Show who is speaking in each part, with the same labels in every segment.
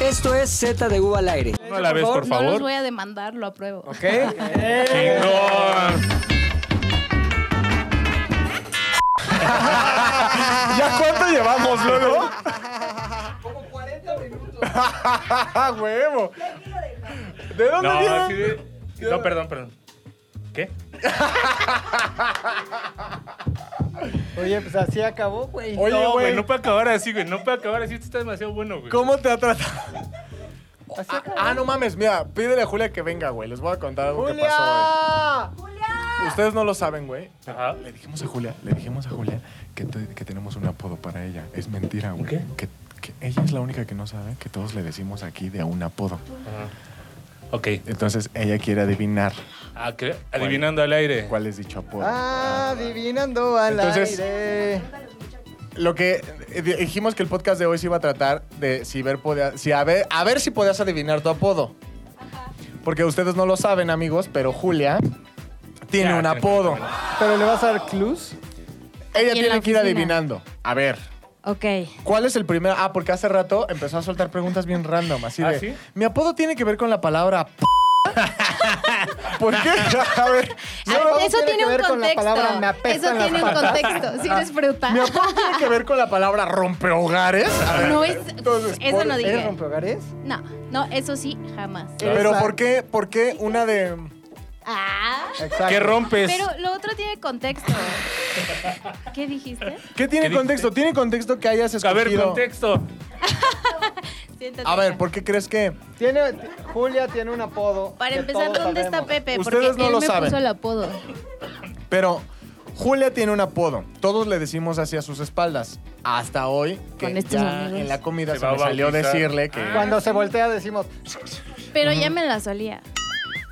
Speaker 1: Esto es Z de U al aire.
Speaker 2: Uno a la vez, por
Speaker 3: No los
Speaker 2: favor.
Speaker 3: voy a demandar, lo apruebo.
Speaker 4: ¿Ok?
Speaker 2: Chingón.
Speaker 4: ¿Ya cuánto llevamos, luego? Como 40 minutos. ¡Huevo! ¿De dónde
Speaker 2: No,
Speaker 4: viene?
Speaker 2: sí, sí. no, perdón, perdón. ¿Qué?
Speaker 5: Oye, pues así acabó, güey.
Speaker 4: Oye,
Speaker 2: no,
Speaker 4: güey.
Speaker 2: güey, no puede acabar así, güey. No puede acabar así. Esto está demasiado bueno, güey.
Speaker 4: ¿Cómo te ha tratado?
Speaker 5: Así
Speaker 4: Ah,
Speaker 5: acabó.
Speaker 4: ah, no mames, mira, pídele a Julia que venga, güey. Les voy a contar algo que pasó,
Speaker 5: ¡Julia!
Speaker 4: güey. Ustedes no lo saben, güey.
Speaker 2: Ajá.
Speaker 6: Le dijimos a Julia, le dijimos a Julia que, te- que tenemos un apodo para ella. Es mentira, güey.
Speaker 2: ¿Qué?
Speaker 6: Que, que ella es la única que no sabe que todos le decimos aquí de un apodo.
Speaker 2: Ok.
Speaker 6: Entonces ella quiere adivinar
Speaker 2: Ah, ¿qué? Adivinando al aire.
Speaker 6: cuál es dicho apodo.
Speaker 5: Ah.
Speaker 4: Ah.
Speaker 5: Adivinando al
Speaker 4: Entonces-
Speaker 5: aire.
Speaker 4: Lo que eh, dijimos que el podcast de hoy se iba a tratar de si ver podía- si a ver, a ver si podías adivinar tu apodo. Porque ustedes no lo saben, amigos, pero Julia tiene
Speaker 2: Ya,
Speaker 4: un
Speaker 2: tiene
Speaker 4: apodo.
Speaker 5: ¿Pero le vas a dar clues?
Speaker 3: Aquí en
Speaker 4: Ella
Speaker 3: la
Speaker 4: tiene que ir
Speaker 3: oficina.
Speaker 4: adivinando. A ver.
Speaker 7: Ok.
Speaker 4: ¿Cuál es el primer? Ah, porque hace rato empezó a soltar preguntas bien random, así de.
Speaker 2: ¿Ah, sí?
Speaker 4: Mi apodo tiene que ver con la palabra. p-". ¿Por qué? A ver.
Speaker 3: Ay,
Speaker 5: Solo
Speaker 3: eso
Speaker 5: tiene que
Speaker 3: tiene un
Speaker 5: ver con
Speaker 3: contexto.
Speaker 5: la palabra, me
Speaker 3: eso
Speaker 5: apestan las
Speaker 3: tiene un
Speaker 5: patas.
Speaker 3: contexto. Si
Speaker 5: Ah,
Speaker 3: eres fruta.
Speaker 4: Mi apodo tiene que ver con la palabra rompehogares. A ver,
Speaker 3: No es.
Speaker 4: entonces,
Speaker 3: eso
Speaker 4: por-
Speaker 3: no
Speaker 5: ¿Eres
Speaker 3: dije.
Speaker 5: rompehogares?
Speaker 3: No, no, eso sí, jamás.
Speaker 4: Pero
Speaker 5: Exacto.
Speaker 4: ¿por qué? ¿Por qué una de.
Speaker 3: Ah.
Speaker 5: Exacto.
Speaker 2: ¿Qué rompes?
Speaker 3: Pero lo otro tiene contexto. ¿Qué dijiste?
Speaker 4: ¿Qué tiene
Speaker 2: ¿Qué
Speaker 4: contexto?
Speaker 2: dijiste?
Speaker 4: Tiene contexto que hayas
Speaker 2: A
Speaker 4: escogido.
Speaker 2: ver, contexto.
Speaker 3: Siéntate
Speaker 4: A ver,
Speaker 3: acá.
Speaker 4: ¿por qué crees que.?
Speaker 5: Tiene, t- Julia tiene un apodo.
Speaker 3: Para
Speaker 5: que
Speaker 3: empezar,
Speaker 5: todos
Speaker 3: ¿dónde está
Speaker 5: sabemos.
Speaker 3: Pepe?
Speaker 4: Ustedes
Speaker 3: Porque
Speaker 4: no
Speaker 3: él
Speaker 4: lo
Speaker 3: me
Speaker 4: saben.
Speaker 3: puso el apodo.
Speaker 4: Pero Julia tiene un apodo. Todos le decimos hacia sus espaldas. Hasta hoy,
Speaker 3: Con
Speaker 4: que
Speaker 3: estos
Speaker 4: ya
Speaker 3: amigos.
Speaker 4: en la comida
Speaker 2: Se
Speaker 4: se,
Speaker 2: va a
Speaker 4: me salió
Speaker 2: bautizar. Ah.
Speaker 4: decirle que.
Speaker 5: Cuando se voltea decimos,
Speaker 3: Pero ya me la solía.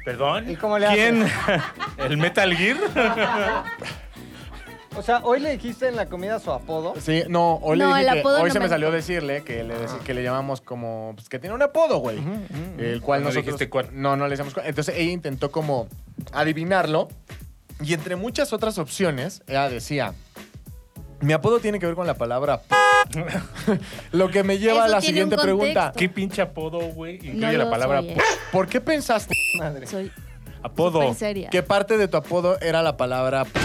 Speaker 2: ¿Perdón?
Speaker 5: ¿Y cómo le haces?
Speaker 2: ¿Quién? ¿El Metal Gear?
Speaker 5: o sea, hoy le dijiste en la comida su apodo.
Speaker 4: Sí, no, hoy, le
Speaker 3: No,
Speaker 4: dije
Speaker 3: el
Speaker 4: que-
Speaker 3: apodo
Speaker 4: hoy
Speaker 3: no
Speaker 4: se me,
Speaker 3: me
Speaker 4: salió
Speaker 3: gusta.
Speaker 4: decirle que le,
Speaker 2: Ah.
Speaker 4: deci- que le llamamos como... Pues que tiene un apodo, güey. El cual
Speaker 2: No
Speaker 4: nosotros...
Speaker 2: dijiste cuál.
Speaker 4: No, no le decíamos cuál. Entonces ella intentó como adivinarlo. Y entre muchas otras opciones, ella decía... Mi apodo tiene que ver con la palabra... p-". Lo que me lleva a
Speaker 3: Eso
Speaker 4: la
Speaker 3: tiene
Speaker 4: siguiente
Speaker 3: un
Speaker 4: pregunta.
Speaker 3: contexto.
Speaker 2: ¿Qué pinche apodo, güey?
Speaker 3: No
Speaker 2: Incluye la
Speaker 3: lo
Speaker 2: palabra
Speaker 3: soy, eh.
Speaker 4: ¿Por qué pensaste
Speaker 5: Madre.
Speaker 3: Soy
Speaker 2: apodo.
Speaker 3: súper seria.
Speaker 4: que parte de tu apodo era la palabra... p-?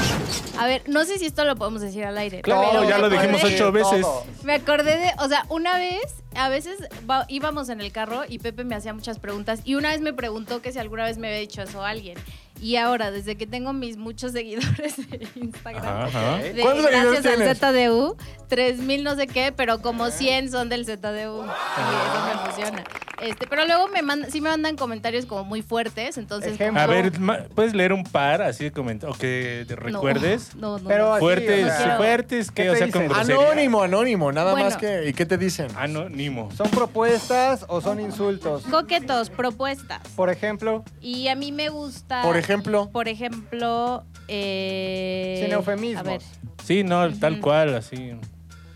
Speaker 3: A ver, no sé si esto lo podemos decir al aire.
Speaker 5: Claro,
Speaker 3: pero
Speaker 2: ya lo
Speaker 3: me
Speaker 2: dijimos
Speaker 3: acordé-
Speaker 2: ocho veces.
Speaker 5: Todo.
Speaker 3: Me acordé de, o sea, una vez, a veces va- íbamos en el carro y Pepe me hacía muchas preguntas y una vez me preguntó que si alguna vez me había dicho eso a alguien. Y ahora, desde que tengo mis muchos seguidores de Instagram,
Speaker 2: Ajá, ajá.
Speaker 3: de
Speaker 4: ¿Cuántos seguidores
Speaker 3: gracias
Speaker 4: tienes?
Speaker 3: al ZDU, 3000 no sé qué, pero como 100 son del ZDU. Y eso me emociona. Este, pero luego me mandan, sí me mandan comentarios como muy fuertes, entonces
Speaker 5: Ejemplo.
Speaker 2: A
Speaker 3: como-
Speaker 2: ver, ma- ¿puedes leer un par así de comentarios? ¿O que de-
Speaker 3: No,
Speaker 2: recuerdes?
Speaker 3: No, no.
Speaker 5: Pero
Speaker 3: no.
Speaker 5: así,
Speaker 2: Fuertes,
Speaker 5: o sea,
Speaker 2: fuertes, que,
Speaker 5: ¿qué
Speaker 2: o
Speaker 5: te
Speaker 2: sea, con
Speaker 5: dicen?
Speaker 2: grosería.
Speaker 4: Anónimo, anónimo. Nada
Speaker 3: Bueno.
Speaker 4: más que... ¿Y qué te dicen?
Speaker 2: Anónimo.
Speaker 5: ¿Son propuestas o son insultos?
Speaker 3: Coquetos, propuestas.
Speaker 5: Por ejemplo,
Speaker 3: Y a mí me gusta.
Speaker 4: Por ejemplo.
Speaker 3: Por ejemplo. Eh,
Speaker 5: Sin eufemismos.
Speaker 3: A ver.
Speaker 2: Sí, no, tal cual, así.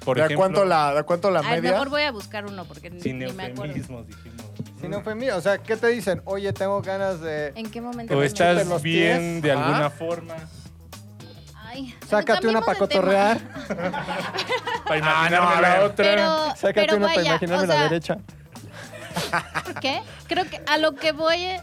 Speaker 2: Por
Speaker 4: ¿De a
Speaker 2: ejemplo,
Speaker 4: cuánto la, de a cuánto la
Speaker 3: A ver,
Speaker 4: media?
Speaker 3: mejor voy a buscar uno porque ni,
Speaker 2: Sin
Speaker 3: ni me acuerdo.
Speaker 2: eufemismos, dijimos.
Speaker 5: si no fue mío, o sea, ¿qué te dicen? Oye, tengo ganas de...
Speaker 3: ¿En qué momento?
Speaker 2: O
Speaker 3: me
Speaker 5: Súper
Speaker 2: estás
Speaker 5: los
Speaker 2: bien
Speaker 5: pies.
Speaker 2: de
Speaker 4: Ajá.
Speaker 2: alguna forma.
Speaker 3: Ay,
Speaker 5: Sácate una para
Speaker 3: cambiemos de
Speaker 5: cotorrear.
Speaker 3: tema.
Speaker 2: Para
Speaker 4: Ah, no,
Speaker 2: imaginarme
Speaker 4: a
Speaker 2: la
Speaker 4: ver.
Speaker 2: otra.
Speaker 3: Pero,
Speaker 5: Sácate
Speaker 3: pero
Speaker 5: una
Speaker 3: vaya,
Speaker 5: para imaginarme
Speaker 3: o sea,
Speaker 5: la derecha.
Speaker 3: ¿Qué? Creo que a lo que voy. eh,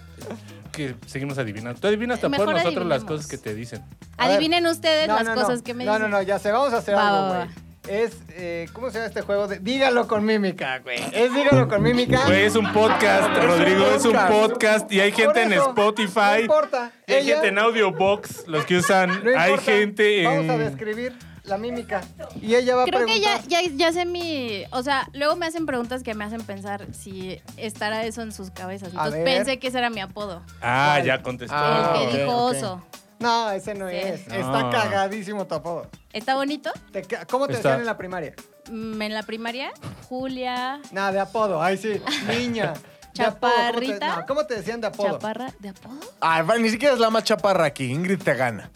Speaker 2: Que seguimos adivinando. Tú adivinas hasta por
Speaker 3: Mejor
Speaker 2: nosotros las
Speaker 3: adivinemos.
Speaker 2: cosas que te dicen.
Speaker 5: A ver.
Speaker 3: Adivinen ustedes las cosas
Speaker 5: no.
Speaker 3: que me
Speaker 5: No,
Speaker 3: dicen.
Speaker 5: no, no, ya sé, vamos a hacer
Speaker 3: Va,
Speaker 5: algo,
Speaker 3: va, va.
Speaker 5: güey. Es, eh, ¿cómo se llama este juego? De, dígalo con mímica, güey. Es dígalo con mímica.
Speaker 2: Güey, es un podcast,
Speaker 4: un
Speaker 2: Rodrigo, es un
Speaker 4: podcast.
Speaker 2: podcast y hay
Speaker 5: Por
Speaker 2: gente en
Speaker 5: eso, No
Speaker 2: Spotify.
Speaker 5: importa.
Speaker 2: y hay
Speaker 5: Ella-
Speaker 2: gente en Audiobox, los que usan.
Speaker 5: No importa.
Speaker 2: hay gente
Speaker 5: Vamos a
Speaker 2: en.
Speaker 5: describir la mímica. Y ella va a
Speaker 3: Creo que
Speaker 5: preguntar.
Speaker 3: ya, ya, ya sé mi. O sea, luego me hacen preguntas que me hacen pensar si estará eso en sus cabezas.
Speaker 5: A
Speaker 3: Entonces
Speaker 5: ver.
Speaker 3: pensé que ese era mi apodo.
Speaker 2: Ah, ya contestó.
Speaker 4: Ah,
Speaker 3: el que
Speaker 4: ok,
Speaker 3: dijo
Speaker 4: ok.
Speaker 3: oso.
Speaker 5: No, ese no
Speaker 3: Sí.
Speaker 5: es.
Speaker 2: No.
Speaker 5: Está cagadísimo tu apodo.
Speaker 3: ¿Está bonito?
Speaker 5: Te ca- ¿Cómo te
Speaker 2: Está-
Speaker 5: decían en la primaria?
Speaker 3: Mm, En la primaria, Julia,
Speaker 5: Nada, de apodo. Ay, sí. Niña. De apodo, ¿cómo te-
Speaker 3: Chaparrita.
Speaker 5: no, ¿Cómo te decían de apodo?
Speaker 3: Chaparra. ¿De apodo?
Speaker 4: Ay, Ah, va, ni siquiera es la más chaparra aquí. Ingrid te gana.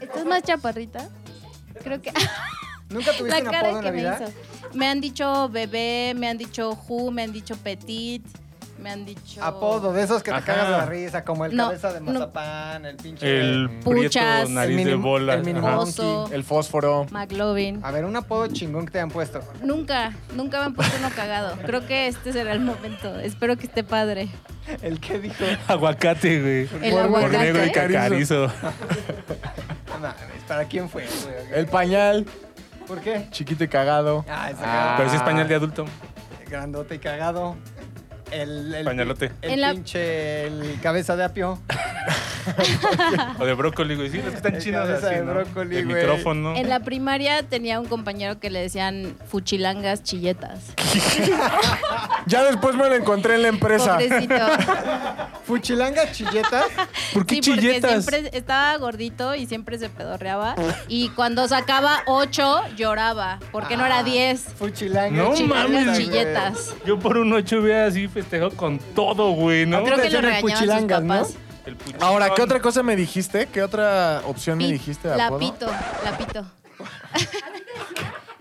Speaker 3: ¿Estás más chaparrita? Creo que.
Speaker 5: ¿Nunca tuviste
Speaker 3: la
Speaker 5: un
Speaker 3: cara
Speaker 5: apodo en
Speaker 3: que
Speaker 5: la
Speaker 3: me
Speaker 5: vida?
Speaker 3: hizo. Me han dicho bebé, me han dicho Ju, me han dicho Petit. Me han dicho.
Speaker 5: Apodo, de esos que te
Speaker 2: Ajá.
Speaker 5: cagas de la risa, como el
Speaker 3: No,
Speaker 5: cabeza de
Speaker 3: no.
Speaker 5: mazapán, el pinche.
Speaker 2: El prieto,
Speaker 3: Puchas.
Speaker 2: nariz
Speaker 5: El
Speaker 2: de
Speaker 5: mini-
Speaker 2: bola.
Speaker 5: el mini
Speaker 2: ajá.
Speaker 3: mouse. Oso.
Speaker 4: El fósforo.
Speaker 3: McLovin.
Speaker 5: A ver, un apodo chingón que te han puesto.
Speaker 3: Nunca, nunca me han puesto uno cagado. Creo que este será el momento. Espero que esté padre.
Speaker 5: El que dijo.
Speaker 2: Aguacate, güey.
Speaker 3: El
Speaker 4: Por- por
Speaker 3: aguacate.
Speaker 2: Negro y cacarizo.
Speaker 5: "No mames, ¿Para quién fue? güey?"
Speaker 4: El pañal.
Speaker 5: ¿Por qué?
Speaker 4: Chiquito y cagado.
Speaker 5: Ah, ese
Speaker 2: Pero si es pañal de adulto.
Speaker 5: Grandote y cagado. El, el-
Speaker 2: Pañalote.
Speaker 5: El
Speaker 3: En la-
Speaker 5: pinche el cabeza de apio.
Speaker 2: O de brócoli, güey. Sí, los que están
Speaker 5: El
Speaker 2: chinos
Speaker 5: cabeza
Speaker 2: así,
Speaker 5: de
Speaker 2: ¿no?
Speaker 5: brócoli,
Speaker 2: El
Speaker 5: güey.
Speaker 2: micrófono.
Speaker 3: En la primaria tenía un compañero que le decían fuchilangas chilletas.
Speaker 4: Ya después me lo encontré en la empresa.
Speaker 3: Pobrecito.
Speaker 5: Fuchilanga chilleta.
Speaker 2: ¿Por qué
Speaker 3: Sí,
Speaker 2: chilletas?
Speaker 3: porque siempre estaba gordito y siempre se pedorreaba. Y cuando sacaba ocho, lloraba. Porque no era
Speaker 5: Ah,
Speaker 3: diez.
Speaker 5: Fuchilanga
Speaker 2: No
Speaker 5: chilleta,
Speaker 2: mames,
Speaker 3: Chilletas,
Speaker 5: güey.
Speaker 3: chilletas.
Speaker 2: Yo por un 8 vea así festejo con todo, güey, ¿no?
Speaker 5: ¿A ti
Speaker 3: Creo
Speaker 5: no te
Speaker 3: que lo
Speaker 5: decían el
Speaker 3: regañaban sus
Speaker 5: fuchilangas, no?
Speaker 3: papás.
Speaker 2: El puchón.
Speaker 4: Ahora, ¿qué otra cosa me dijiste? ¿Qué otra opción me
Speaker 3: Pi-
Speaker 4: dijiste de
Speaker 3: la
Speaker 4: apodo?
Speaker 3: pito, la pito.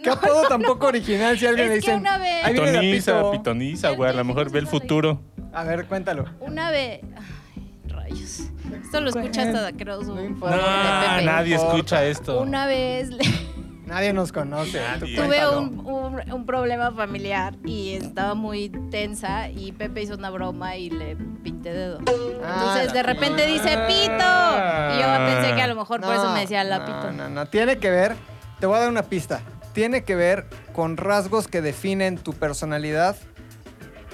Speaker 5: ¿Qué apodo tampoco original si alguien
Speaker 3: Es
Speaker 5: le
Speaker 3: que
Speaker 5: dicen?
Speaker 3: una vez-
Speaker 5: "Ahí viene la
Speaker 2: Pitoniza,
Speaker 5: pito".
Speaker 2: pitoniza, güey. A lo mejor ve el futuro.
Speaker 5: A ver, cuéntalo.
Speaker 3: Una vez. Ay, rayos. Esto lo escucha hasta Cruz.
Speaker 5: No
Speaker 2: No,
Speaker 5: importa.
Speaker 2: nadie escucha esto.
Speaker 3: Una vez le-
Speaker 5: Nadie nos conoce. tú
Speaker 2: Nadie.
Speaker 3: tuve
Speaker 5: cuéntalo.
Speaker 3: un, un- un problema familiar y estaba muy tensa y Pepe hizo una broma y le pinté dedo.
Speaker 5: Ah,
Speaker 3: Entonces
Speaker 5: la
Speaker 3: de repente
Speaker 5: pi-
Speaker 3: dice pito y yo pensé que a lo mejor por eso
Speaker 5: No,
Speaker 3: me decía la
Speaker 5: no,
Speaker 3: pito.
Speaker 5: No, no, tiene que ver, te voy a dar una pista. Tiene que ver con rasgos que definen tu personalidad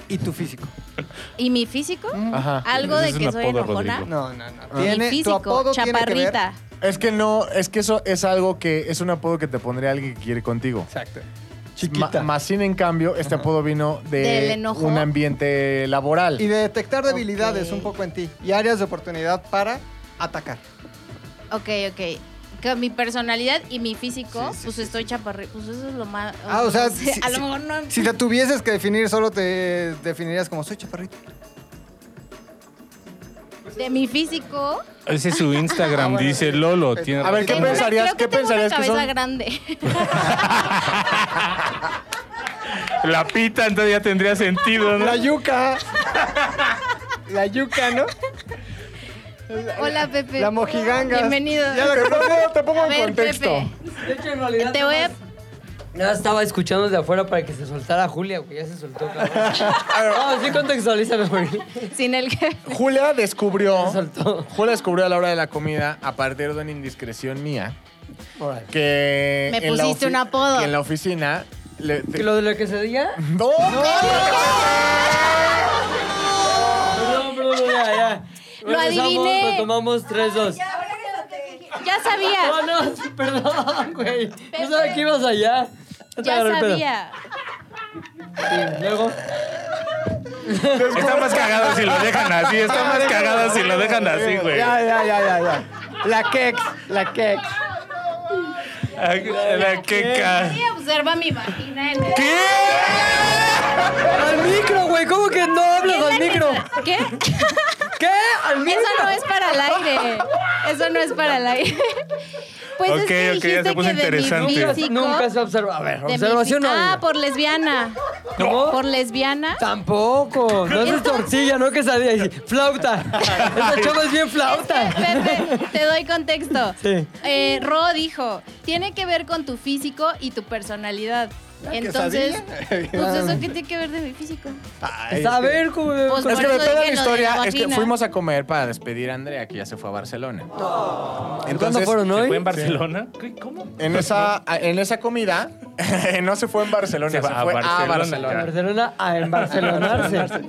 Speaker 5: y tu físico.
Speaker 3: ¿Y mi físico?
Speaker 4: Ajá.
Speaker 3: Algo
Speaker 2: Ese
Speaker 3: de
Speaker 2: es
Speaker 3: que
Speaker 2: un
Speaker 3: soy
Speaker 2: apodo,
Speaker 3: enojona.
Speaker 2: Rodrigo.
Speaker 5: No, no, no.
Speaker 3: Mi
Speaker 5: Mm. Tiene, tu apodo
Speaker 3: físico,
Speaker 5: tiene que ver.
Speaker 3: chaparrita.
Speaker 4: Es que no, es que eso es algo que es un apodo que te pondría alguien que quiere contigo.
Speaker 5: Exacto. Chiquita.
Speaker 4: Ma- más sin en cambio, este apodo vino
Speaker 3: Del
Speaker 4: de
Speaker 3: enojo.
Speaker 4: un ambiente laboral.
Speaker 5: y de detectar debilidades
Speaker 3: Ok.
Speaker 5: un poco en ti y áreas de oportunidad para atacar.
Speaker 3: Ok, ok. Que mi personalidad y mi físico, pues estoy chaparri, Pues eso es lo más.
Speaker 5: Ah, o sea,
Speaker 3: no sé,
Speaker 5: si-
Speaker 3: a lo
Speaker 5: si-
Speaker 3: mejor no.
Speaker 5: Si te tuvieses que definir, solo te definirías como soy chaparrito.
Speaker 3: De mi físico.
Speaker 2: Ese es su Instagram,
Speaker 5: Ah, bueno.
Speaker 2: dice Lolo. Tiene
Speaker 4: A ver, ¿qué
Speaker 3: tengo-
Speaker 5: pensar?
Speaker 4: pensarías?
Speaker 3: creo que
Speaker 4: ¿Qué
Speaker 3: tengo
Speaker 4: pensarías
Speaker 3: una
Speaker 4: que
Speaker 3: cabeza
Speaker 4: son?
Speaker 3: grande.
Speaker 2: La pita, entonces ya tendría sentido, ¿no?
Speaker 5: La yuca. La yuca, ¿no?
Speaker 3: Hola, Pepe.
Speaker 5: La mojiganga.
Speaker 3: Bienvenido.
Speaker 5: Ya la conozco, te
Speaker 3: a
Speaker 5: pongo en
Speaker 3: ver,
Speaker 5: contexto.
Speaker 3: Pepe.
Speaker 7: De hecho, en realidad.
Speaker 3: Te voy a.
Speaker 7: Nada, estaba escuchando desde afuera para que se soltara Julia, güey. Ya se soltó, cabrón. No, sí, contextualízame, güey. Se
Speaker 3: Sin el que.
Speaker 4: Julia descubrió,
Speaker 7: soltó.
Speaker 4: Julia descubrió a la hora de la comida, a partir de una indiscreción mía,
Speaker 7: Órale.
Speaker 4: que
Speaker 3: Me
Speaker 4: en la
Speaker 3: pusiste
Speaker 4: ofi-
Speaker 3: un apodo.
Speaker 4: que en la oficina le- te- ¡Oh!
Speaker 7: Que lo de lo que se diga.
Speaker 4: ¡No!
Speaker 7: Perdón, perdón, ya, ya.
Speaker 3: Lo
Speaker 7: Regresamos,
Speaker 3: adiviné.
Speaker 7: Lo tomamos 3-2.
Speaker 3: Ya
Speaker 7: No,
Speaker 3: sabía.
Speaker 7: no, sí, perdón, güey. No sabía que ibas allá. te
Speaker 3: Ya
Speaker 7: agarré el pedo.
Speaker 3: sabía.
Speaker 7: Sí, luego.
Speaker 2: Está más cagado si lo dejan así. Está más cagado si lo dejan así, güey.
Speaker 5: Ya, ya, ya, ya, ya. La quex, la quex.
Speaker 2: Ay, Ah, La queca.
Speaker 3: Sí, observa mi vagina. en el-
Speaker 2: ¿Qué?
Speaker 7: ¡Al micro, güey! ¿Cómo que no hablas al micro?
Speaker 3: ¿Qué?
Speaker 7: ¿Qué? ¡Al micro!
Speaker 3: Eso no es para el aire. Eso no es para el aire. Pues es
Speaker 2: Ok,
Speaker 3: que
Speaker 2: ok, ya se
Speaker 3: dijiste
Speaker 2: puso
Speaker 3: que de mi
Speaker 2: interesante.
Speaker 7: Nunca,
Speaker 3: físico-
Speaker 7: nunca se observa. A ver,
Speaker 3: de mi
Speaker 7: observación
Speaker 3: fi-
Speaker 7: no.
Speaker 3: Ah,
Speaker 7: güey.
Speaker 3: por lesbiana.
Speaker 7: ¿Cómo?
Speaker 3: ¿Por lesbiana?
Speaker 7: Tampoco, no haces tortilla, no quesadilla, y flauta. Esta chava es bien flauta.
Speaker 3: Pepe, te doy contexto.
Speaker 7: Sí.
Speaker 3: Eh, Ro dijo, tiene que ver con tu físico y tu personalidad. Entonces,
Speaker 5: quesadilla.
Speaker 3: pues eso qué tiene que ver de mi físico.
Speaker 7: Está A ver, cómo
Speaker 3: Pues,
Speaker 4: Es que
Speaker 3: Por
Speaker 4: me
Speaker 3: eso
Speaker 4: pega
Speaker 3: dije
Speaker 4: la
Speaker 3: lo de
Speaker 4: historia. Es que
Speaker 3: vagina.
Speaker 4: fuimos a comer para despedir a Andrea, que ya se fue a Barcelona.
Speaker 7: ¿Cuándo
Speaker 4: Entonces,
Speaker 7: fueron
Speaker 2: ¿Se
Speaker 7: hoy?
Speaker 2: fue en Barcelona? ¿Qué? ¿Cómo?
Speaker 4: en esa, en esa comida, no se fue en Barcelona, se,
Speaker 2: Se va a
Speaker 4: fue
Speaker 2: Barcelona,
Speaker 4: a
Speaker 7: En
Speaker 4: Barcelona.
Speaker 7: Barcelona a embarcelonarse.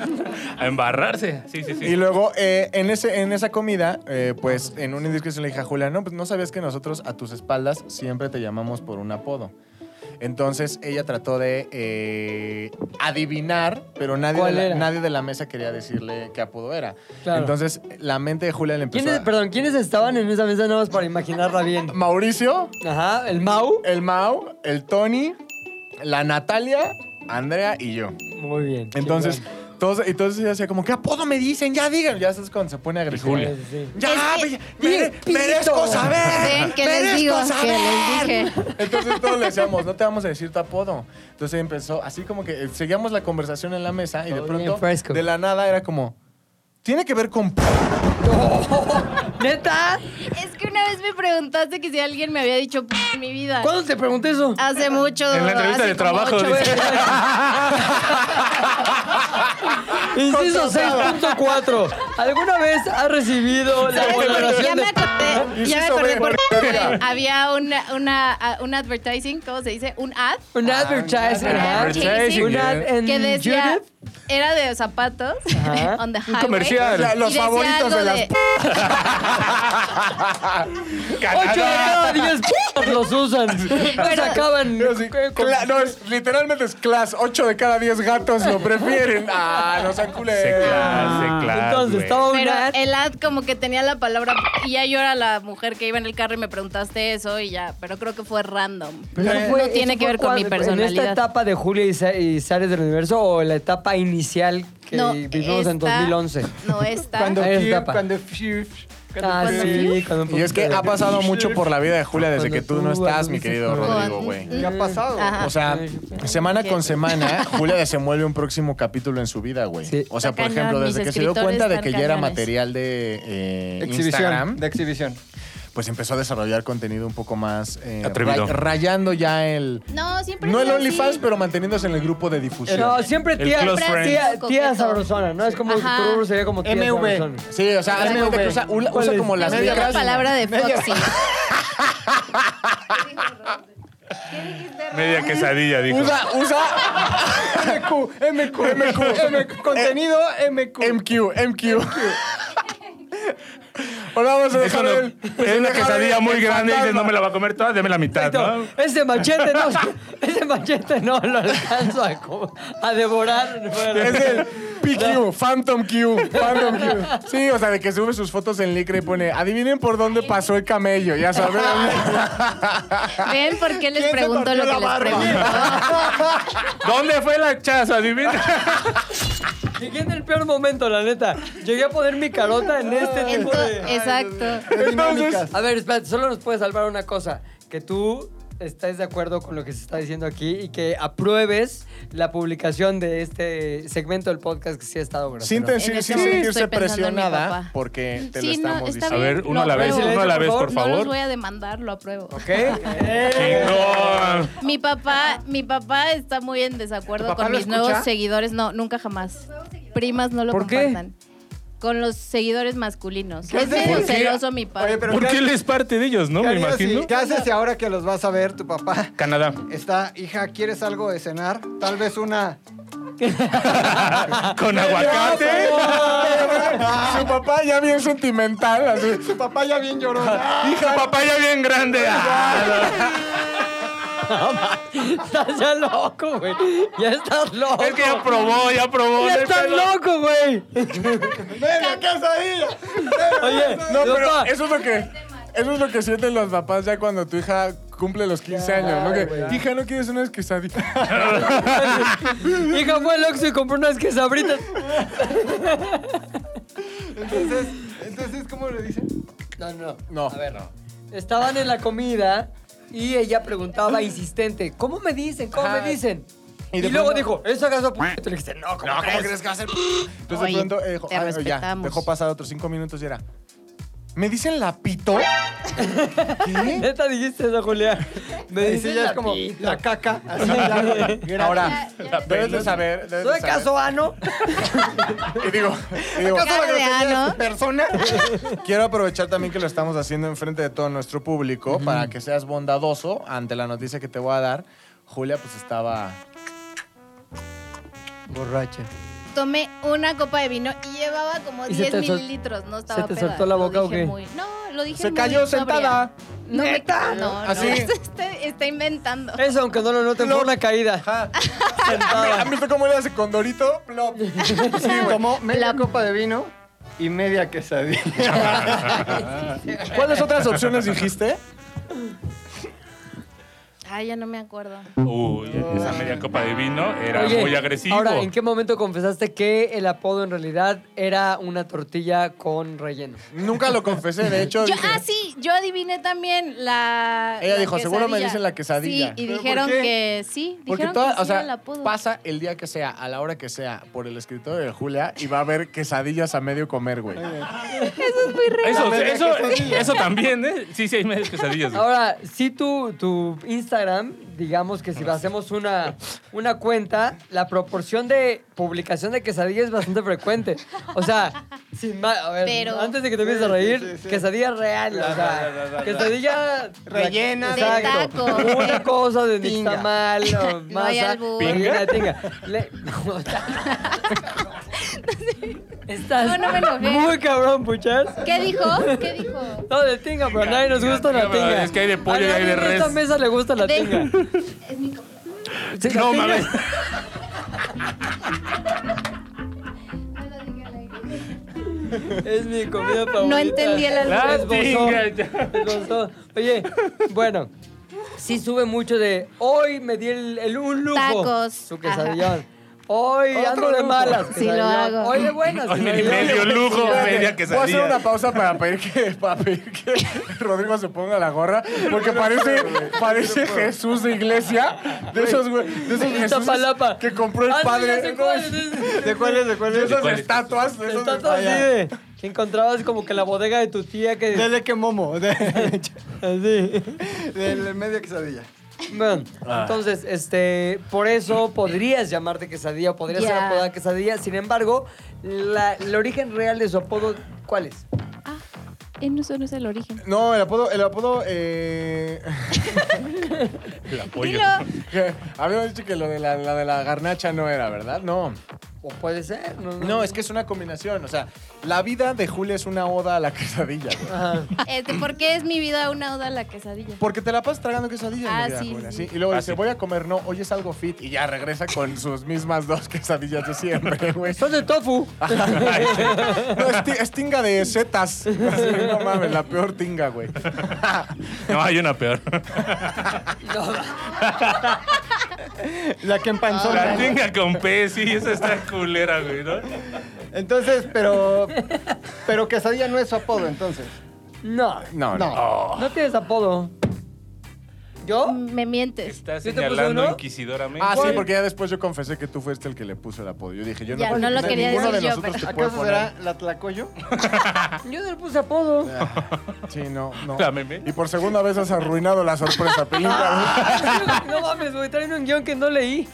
Speaker 2: A embarrarse. Sí, sí, sí.
Speaker 4: Y luego, eh, en, ese, en esa comida, eh, pues en una indiscreción le dije a Julia, no, pues no sabías que nosotros a tus espaldas siempre te llamamos por un apodo. Entonces ella trató de eh, adivinar, pero nadie de,
Speaker 7: ¿Cuál
Speaker 4: la,
Speaker 7: era?
Speaker 4: nadie de la mesa quería decirle qué apodo era.
Speaker 7: Claro.
Speaker 4: Entonces la mente de Julia le empezó
Speaker 7: ¿Quiénes,
Speaker 4: a-
Speaker 7: perdón, ¿quiénes estaban en esa mesa nada más para imaginarla bien?
Speaker 4: Mauricio,
Speaker 7: Ajá, el Mau.
Speaker 4: el Mau, el Tony, la Natalia, Andrea y yo.
Speaker 7: Muy bien.
Speaker 4: Entonces,
Speaker 7: chingón.
Speaker 4: Todos, y todos hacía como, ¿qué apodo me dicen? Ya digan. Ya sabes cuando se pone agresivo.
Speaker 2: Julia.
Speaker 7: Sí.
Speaker 4: Ya,
Speaker 3: Es que-
Speaker 4: ya, mere- merezco saber.
Speaker 3: Ven, que les
Speaker 4: merezco
Speaker 3: digo, que
Speaker 4: saber.
Speaker 3: les dije.
Speaker 4: Entonces todos le decíamos, no te vamos a decir tu apodo. Entonces empezó, así como que eh, seguíamos la conversación en la mesa y de
Speaker 7: Todo
Speaker 4: pronto,
Speaker 7: bien fresco.
Speaker 4: de la nada, era como, tiene que ver con... p-".
Speaker 7: ¿Neta?
Speaker 3: Es que una vez me preguntaste que si alguien me había dicho p en mi vida.
Speaker 7: ¿Cuándo te pregunté eso?
Speaker 3: Hace mucho.
Speaker 2: En la entrevista
Speaker 3: hace
Speaker 2: de
Speaker 3: como
Speaker 2: trabajo,
Speaker 3: ocho
Speaker 2: dice.
Speaker 3: años.
Speaker 7: Inciso
Speaker 4: Contratada.
Speaker 7: 6.4. ¿Alguna vez has recibido la
Speaker 3: ¿Sabes? Ya
Speaker 7: valoración
Speaker 3: me
Speaker 7: de...
Speaker 3: acordé, ya me
Speaker 4: Inciso
Speaker 3: acordé
Speaker 4: B,
Speaker 3: porque
Speaker 4: verga.
Speaker 3: había una, una, a- un advertising, ¿cómo se dice? Un ad.
Speaker 7: Un
Speaker 4: Ah,
Speaker 7: advertisement.
Speaker 3: un
Speaker 7: ajá.
Speaker 3: advertising.
Speaker 7: Un ad en
Speaker 3: que decía,
Speaker 7: Judith.
Speaker 3: era de zapatos,
Speaker 7: Ajá.
Speaker 3: on the
Speaker 2: Un
Speaker 3: highway.
Speaker 2: comercial.
Speaker 4: La- los
Speaker 3: Y decía
Speaker 4: favoritos
Speaker 3: algo
Speaker 4: de las... p-.
Speaker 7: Ocho de cada diez p- los usan. Los acaban.
Speaker 4: Yo así,
Speaker 7: eh, con-
Speaker 4: cla- no, es- literalmente es class. 8 de cada 10 gatos lo prefieren. Ah, no sean culeros.
Speaker 2: claro,
Speaker 7: Entonces, estaba un
Speaker 3: Pero
Speaker 7: ad.
Speaker 3: el ad como que tenía la palabra y ya yo era la mujer que iba en el carro y me preguntaste eso y ya, pero creo que fue random. no
Speaker 7: fue-
Speaker 3: tiene
Speaker 7: eso
Speaker 3: que
Speaker 7: fue
Speaker 3: ver con
Speaker 7: cuando-
Speaker 3: mi
Speaker 7: ¿En esta
Speaker 3: personalidad.
Speaker 7: etapa de Julia y, Sa- y Sales del Universo o la etapa inicial que
Speaker 3: No,
Speaker 7: vivimos en
Speaker 3: esta-
Speaker 7: 2011?
Speaker 3: No está.
Speaker 5: Cuando
Speaker 7: Esa
Speaker 5: Fiu,
Speaker 7: etapa.
Speaker 5: cuando Fiu, cuando
Speaker 7: Ah,
Speaker 5: Fiu.
Speaker 7: sí, con un
Speaker 4: Y es que
Speaker 7: poquito
Speaker 4: ha
Speaker 7: de-
Speaker 4: pasado mucho por la vida de Julia desde que tú no estás, mi querido
Speaker 7: Con-
Speaker 4: Rodrigo, güey.
Speaker 5: ¿Qué ha pasado?
Speaker 3: Ajá.
Speaker 4: O sea, semana con
Speaker 3: Ah, Ok.
Speaker 4: semana, Julia desenvuelve un próximo capítulo en su vida, güey.
Speaker 7: Sí.
Speaker 4: O sea,
Speaker 3: Está
Speaker 4: por ejemplo,
Speaker 3: cañón,
Speaker 4: desde
Speaker 3: mis
Speaker 4: que se dio
Speaker 3: escritores
Speaker 4: cuenta de
Speaker 3: están
Speaker 4: que ya era
Speaker 3: cañones.
Speaker 4: material de eh,
Speaker 5: Exhibición.
Speaker 4: Instagram,
Speaker 5: De exhibición.
Speaker 4: pues empezó a desarrollar contenido un poco más eh,
Speaker 2: Atrevido.
Speaker 4: ray- rayando ya el...
Speaker 3: No, siempre
Speaker 4: No
Speaker 3: fue
Speaker 4: el
Speaker 3: así.
Speaker 4: OnlyFans, pero manteniéndose en el grupo de difusión.
Speaker 7: No, siempre
Speaker 2: El
Speaker 7: tía,
Speaker 2: close
Speaker 7: tía,
Speaker 2: friend.
Speaker 7: tía,
Speaker 3: Coqueto.
Speaker 7: sabrosona, ¿no? Es como
Speaker 3: Ajá.
Speaker 7: tu rubro sería como tía sabrosona.
Speaker 4: Sí, o sea, haz de cuenta que usa, usa
Speaker 7: ¿Cuál es?
Speaker 4: como las
Speaker 3: Me dio la
Speaker 4: letras.
Speaker 3: palabra de Foxy.
Speaker 2: Media quesadilla, dijo.
Speaker 4: Usa, usa
Speaker 5: MQ, MQ, MQ. Contenido eh, MQ.
Speaker 4: MQ, MQ. Ahora vamos a
Speaker 2: Es
Speaker 4: dejar
Speaker 2: una,
Speaker 4: el-
Speaker 2: es una
Speaker 4: dejar
Speaker 2: quesadilla
Speaker 4: Pues, el-
Speaker 2: muy
Speaker 4: el
Speaker 2: grande y dices,
Speaker 4: fantasma.
Speaker 2: no me la va a comer toda, deme la mitad, ¿no?
Speaker 7: Exacto. Ese machete no, ese machete no lo alcanzo a, co- a devorar.
Speaker 4: Es el PQ, Phantom Q, Phantom Q. Sí, o sea, de que sube sus fotos en Licra y pone, adivinen por dónde pasó el camello, ya saben.
Speaker 3: ¿Ven por qué les
Speaker 4: ¿Quién se
Speaker 3: pregunto lo
Speaker 4: partió
Speaker 3: que
Speaker 4: la
Speaker 3: les
Speaker 4: barba?
Speaker 3: pregunto?
Speaker 2: ¿Dónde fue la chaza? Adivina.
Speaker 7: Llegué en el peor momento, la neta. Llegué a poner mi carota en este tipo
Speaker 3: Entonces-
Speaker 7: de...
Speaker 3: exacto.
Speaker 5: De dinámicas.
Speaker 7: A ver, espérate, solo nos puede salvar una cosa. Que tú estés de acuerdo con lo que se está diciendo aquí y que apruebes la publicación de este segmento del podcast que sí ha estado grosero.
Speaker 4: Sin, ten- sin-
Speaker 3: En este
Speaker 4: sin
Speaker 3: momento
Speaker 4: sentirse
Speaker 3: estoy pensando en mi
Speaker 4: presionada
Speaker 3: papá.
Speaker 4: porque te lo
Speaker 3: Sí, no,
Speaker 4: estamos
Speaker 3: está
Speaker 2: A
Speaker 4: diciendo.
Speaker 3: bien.
Speaker 2: ver, uno a la
Speaker 3: No,
Speaker 2: vez,
Speaker 3: pero-
Speaker 2: uno a la vez, por
Speaker 3: No los voy
Speaker 2: favor.
Speaker 3: a demandar, lo apruebo.
Speaker 7: ¿Ok? Eh.
Speaker 2: Chingón.
Speaker 3: Mi papá, mi papá está muy en desacuerdo
Speaker 5: ¿Tu papá
Speaker 3: con
Speaker 5: lo
Speaker 3: mis
Speaker 5: escucha?
Speaker 3: nuevos seguidores. No, nunca jamás. Primas no lo
Speaker 7: ¿Por qué?
Speaker 3: compartan. Con los seguidores masculinos.
Speaker 5: ¿Qué
Speaker 3: Es medio
Speaker 5: haces?
Speaker 3: celoso mi papá.
Speaker 5: Oye, pero
Speaker 2: ¿Por
Speaker 5: ¿qué
Speaker 2: qué él
Speaker 5: harías-
Speaker 2: es parte de ellos, no?
Speaker 5: qué
Speaker 2: Me
Speaker 5: harías si-
Speaker 2: imagino.
Speaker 5: ¿Qué haces si ahora que los vas a ver tu papá?
Speaker 2: Canadá.
Speaker 5: Está, hija, ¿quieres algo de cenar? Tal vez una.
Speaker 2: Con aguacate.
Speaker 4: Su papá ya bien sentimental, así.
Speaker 5: Tu papá ya bien llorona.
Speaker 2: Hija papaya bien grande. Ah,
Speaker 7: Estás ya loco, güey. Ya estás loco.
Speaker 2: no. Es que ya probó, ya probó.
Speaker 7: Ya
Speaker 2: no hay
Speaker 7: estás
Speaker 2: pedo.
Speaker 7: loco, güey.
Speaker 4: ¡Ven a quesadilla!
Speaker 7: Oye,
Speaker 4: No, pero
Speaker 7: papá.
Speaker 4: eso es lo que. Eso es lo que sienten los papás ya cuando tu hija cumple los 15 años, ¿no? Que, hija, ¿no quieres una quesadilla?
Speaker 7: Hija fue al Oxxo y compró unas quesabritas.
Speaker 5: Entonces, entonces, ¿cómo le dicen?
Speaker 7: No, no.
Speaker 4: No.
Speaker 7: A ver, no. Estaban en la comida y ella preguntaba insistente, ¿cómo me dicen? ¿Cómo me dicen?
Speaker 4: Y
Speaker 7: Y,
Speaker 4: de
Speaker 7: luego
Speaker 4: pronto-
Speaker 7: dijo, ¿eso acaso p-? Tú le dijiste, no, ¿cómo crees?
Speaker 4: Ah, que va a ser? Entonces
Speaker 3: Oye,
Speaker 4: de pronto eh, dijo,
Speaker 3: te
Speaker 4: "Ah, no, ya,
Speaker 3: respetamos.
Speaker 4: dejó pasar otros cinco minutos y era. ¿Me dicen la pito? ¿Qué?
Speaker 7: Neta dijiste eso, Julia. Me
Speaker 5: Y sí,
Speaker 7: dice
Speaker 5: ya es como la caca. Así, ya, güey.
Speaker 4: Ahora,
Speaker 3: Ya, ya.
Speaker 4: debes de saber. Debes
Speaker 7: ¿Soy
Speaker 4: de saber.
Speaker 7: caso ano?
Speaker 4: Y digo, y digo,
Speaker 3: Cara de ano.
Speaker 5: Persona.
Speaker 4: quiero aprovechar también que lo estamos haciendo enfrente de todo nuestro público para que seas bondadoso ante la noticia que te voy a dar. Julia, pues estaba.
Speaker 7: Borracha.
Speaker 3: Tomé una copa de vino y llevaba como
Speaker 7: ¿Y se
Speaker 3: 10
Speaker 7: te sol-
Speaker 3: mililitros. No estaba
Speaker 7: se te
Speaker 3: peda,
Speaker 7: soltó la
Speaker 3: lo
Speaker 7: boca o
Speaker 3: dije
Speaker 7: qué?
Speaker 3: muy- no, lo dije
Speaker 4: Se
Speaker 3: muy
Speaker 4: cayó
Speaker 3: sobria.
Speaker 4: sentada.
Speaker 3: No, me- no,
Speaker 4: Así.
Speaker 3: no. Está, está inventando.
Speaker 7: Eso, aunque no lo noten, fue una caída.
Speaker 4: Ja.
Speaker 7: Sentada.
Speaker 4: ¿Han visto cómo le hace condorito? Plop.
Speaker 5: Tomó media
Speaker 3: La-
Speaker 5: copa de vino y media quesadilla.
Speaker 4: ¿Cuáles otras opciones dijiste?
Speaker 3: Ay, ya no me acuerdo.
Speaker 2: Uy, esa media copa de vino era
Speaker 7: Oye,
Speaker 2: muy agresivo.
Speaker 7: Ahora, ¿en qué momento confesaste que el apodo en realidad era una tortilla con relleno?
Speaker 4: Nunca lo confesé, de hecho.
Speaker 3: Yo,
Speaker 4: dije,
Speaker 3: ah, sí, yo adiviné también la.
Speaker 4: Ella
Speaker 3: la
Speaker 4: dijo, "Seguro me dicen la quesadilla".
Speaker 3: Sí, y
Speaker 4: ¿Pero por
Speaker 3: dijeron
Speaker 4: qué?
Speaker 3: que sí.
Speaker 4: Porque
Speaker 3: dijeron
Speaker 4: toda,
Speaker 3: que sí
Speaker 4: o
Speaker 3: al
Speaker 4: sea,
Speaker 3: apodo.
Speaker 4: pasa el día que sea, a la hora que sea, por el escritorio de Julia y va a haber quesadillas a medio comer, güey.
Speaker 2: Eso,
Speaker 5: media
Speaker 2: eso,
Speaker 5: quesadilla.
Speaker 2: eso también, ¿eh? Sí, sí, hay medias quesadillas. güey.
Speaker 7: Ahora, si tu, tu Instagram, digamos que
Speaker 5: Ah,
Speaker 7: si hacemos una, una cuenta, la proporción de publicación de quesadilla es bastante frecuente. O sea, sin más, a ver,
Speaker 3: Pero-
Speaker 7: antes de que te empieces a
Speaker 5: Sí, sí,
Speaker 7: reír,
Speaker 5: sí, sí.
Speaker 7: quesadilla real, o sea,
Speaker 5: la, la, la, la.
Speaker 7: quesadilla
Speaker 5: Rellena.
Speaker 3: De
Speaker 7: exacto.
Speaker 3: taco.
Speaker 7: Una cosa de
Speaker 5: Tinga.
Speaker 7: nixtamal o
Speaker 3: No hay
Speaker 7: masa,
Speaker 3: albur.
Speaker 7: rellena de tinga. Le- o sea, Estás
Speaker 3: No, no me enojé.
Speaker 7: muy cabrón, puchas.
Speaker 3: ¿Qué dijo? ¿Qué dijo?
Speaker 7: No, de tinga, pero a nadie nos
Speaker 2: Tinga,
Speaker 7: gusta la
Speaker 2: tinga, pero
Speaker 7: tinga.
Speaker 2: es que hay de pollo
Speaker 7: A
Speaker 2: y hay de
Speaker 7: nadie En esta
Speaker 2: res.
Speaker 7: mesa le gusta la
Speaker 3: De-
Speaker 7: tinga.
Speaker 3: Es mi co-
Speaker 7: Sí, la
Speaker 2: No
Speaker 7: tinga.
Speaker 2: mames.
Speaker 7: Es mi comida favorita.
Speaker 3: No entendí el albur.
Speaker 2: La
Speaker 7: Esbozó,
Speaker 2: tinga, ya.
Speaker 7: esbozó. Oye, bueno, sí sube mucho de hoy me di el, el- un lujo.
Speaker 3: Tacos.
Speaker 7: Su quesadillón. Hoy ando de malas.
Speaker 3: Sí, lo
Speaker 7: quesadillón.
Speaker 3: hago.
Speaker 7: Hoy de buenas.
Speaker 2: Hoy me di
Speaker 7: quesadillón.
Speaker 2: medio lujo,
Speaker 4: Espérate,
Speaker 2: media
Speaker 4: Voy a hacer
Speaker 2: quesadilla.
Speaker 4: una pausa para pedir que, para pedir que Rodrigo se ponga la gorra, porque parece, parece Jesús de iglesia, de esos, güey, de esos
Speaker 7: En
Speaker 4: Jesús
Speaker 7: Iztapalapa.
Speaker 4: que compró el
Speaker 7: Ah, sí, ya
Speaker 4: padre.
Speaker 7: sé
Speaker 4: No,
Speaker 7: cuál
Speaker 4: es-
Speaker 7: es.
Speaker 5: ¿De cuál es? ¿De cuál
Speaker 4: de
Speaker 5: es?
Speaker 4: esas
Speaker 2: cuál es?
Speaker 4: estatuas. de Ah, esas
Speaker 7: Está todo así
Speaker 4: allá.
Speaker 7: de- que encontrabas como que la bodega de tu tía que...
Speaker 5: Dele que momo. De,
Speaker 7: Así.
Speaker 5: del media quesadilla.
Speaker 7: Bueno, entonces, este, por eso podrías llamarte quesadilla o podrías ser
Speaker 3: Ya.
Speaker 7: apodada quesadilla. Sin embargo, la- el origen real de su apodo, ¿cuál es?
Speaker 3: Ah, eh, no, eso no es el origen.
Speaker 4: No, el apodo, el apodo, eh,
Speaker 2: El apoyo.
Speaker 3: Dilo.
Speaker 4: que habíamos dicho que lo de la, la de la garnacha no era, ¿verdad? No.
Speaker 7: O puede ser, no. no.
Speaker 4: No, es que es una combinación. O sea, la vida de Julia es una oda a la quesadilla, güey.
Speaker 7: Ajá.
Speaker 3: Este, ¿Por qué es mi vida una oda a la quesadilla?
Speaker 4: Porque te la pasas tragando quesadillas, mi
Speaker 3: Ah,
Speaker 4: querida
Speaker 3: sí,
Speaker 4: Julia,
Speaker 3: sí.
Speaker 4: ¿sí? Y luego
Speaker 2: Ah,
Speaker 4: dice,
Speaker 2: sí.
Speaker 4: voy a comer, no, hoy es algo fit. Y ya regresa con sus mismas dos quesadillas de siempre, güey.
Speaker 7: Son de tofu.
Speaker 4: No, es, ti- es tinga de setas. Así, no mames, la peor tinga, güey.
Speaker 2: No, hay una peor.
Speaker 5: La que empanzó.
Speaker 2: La tinga con pez, sí, esa está culera, güey, ¿no?
Speaker 5: Entonces, pero. Pero quesadilla no es su apodo, entonces.
Speaker 7: No,
Speaker 4: No, Ah, no.
Speaker 5: No.
Speaker 7: no tienes apodo. ¿Yo?
Speaker 3: Me mientes.
Speaker 2: Está
Speaker 7: ¿Yo te puse
Speaker 2: señalando
Speaker 7: uno?
Speaker 2: inquisidoramente.
Speaker 4: Ah, sí,
Speaker 7: ¿Cuál?
Speaker 4: porque ya después yo confesé que tú fuiste el que le puso el apodo. Yo dije, yo no,
Speaker 3: Ya,
Speaker 4: creo
Speaker 3: no
Speaker 4: que
Speaker 3: lo
Speaker 4: ni-
Speaker 3: quería
Speaker 4: ninguno
Speaker 3: decir
Speaker 4: de
Speaker 3: yo,
Speaker 4: nosotros te puede
Speaker 5: ¿Acaso
Speaker 4: poner.
Speaker 5: será la tlacoyo?
Speaker 7: Yo no le puse apodo.
Speaker 4: Sí, no, no.
Speaker 2: La meme.
Speaker 4: Y por segunda vez has arruinado la sorpresa, Pilinga.
Speaker 7: No mames, güey, traen un guión que no leí.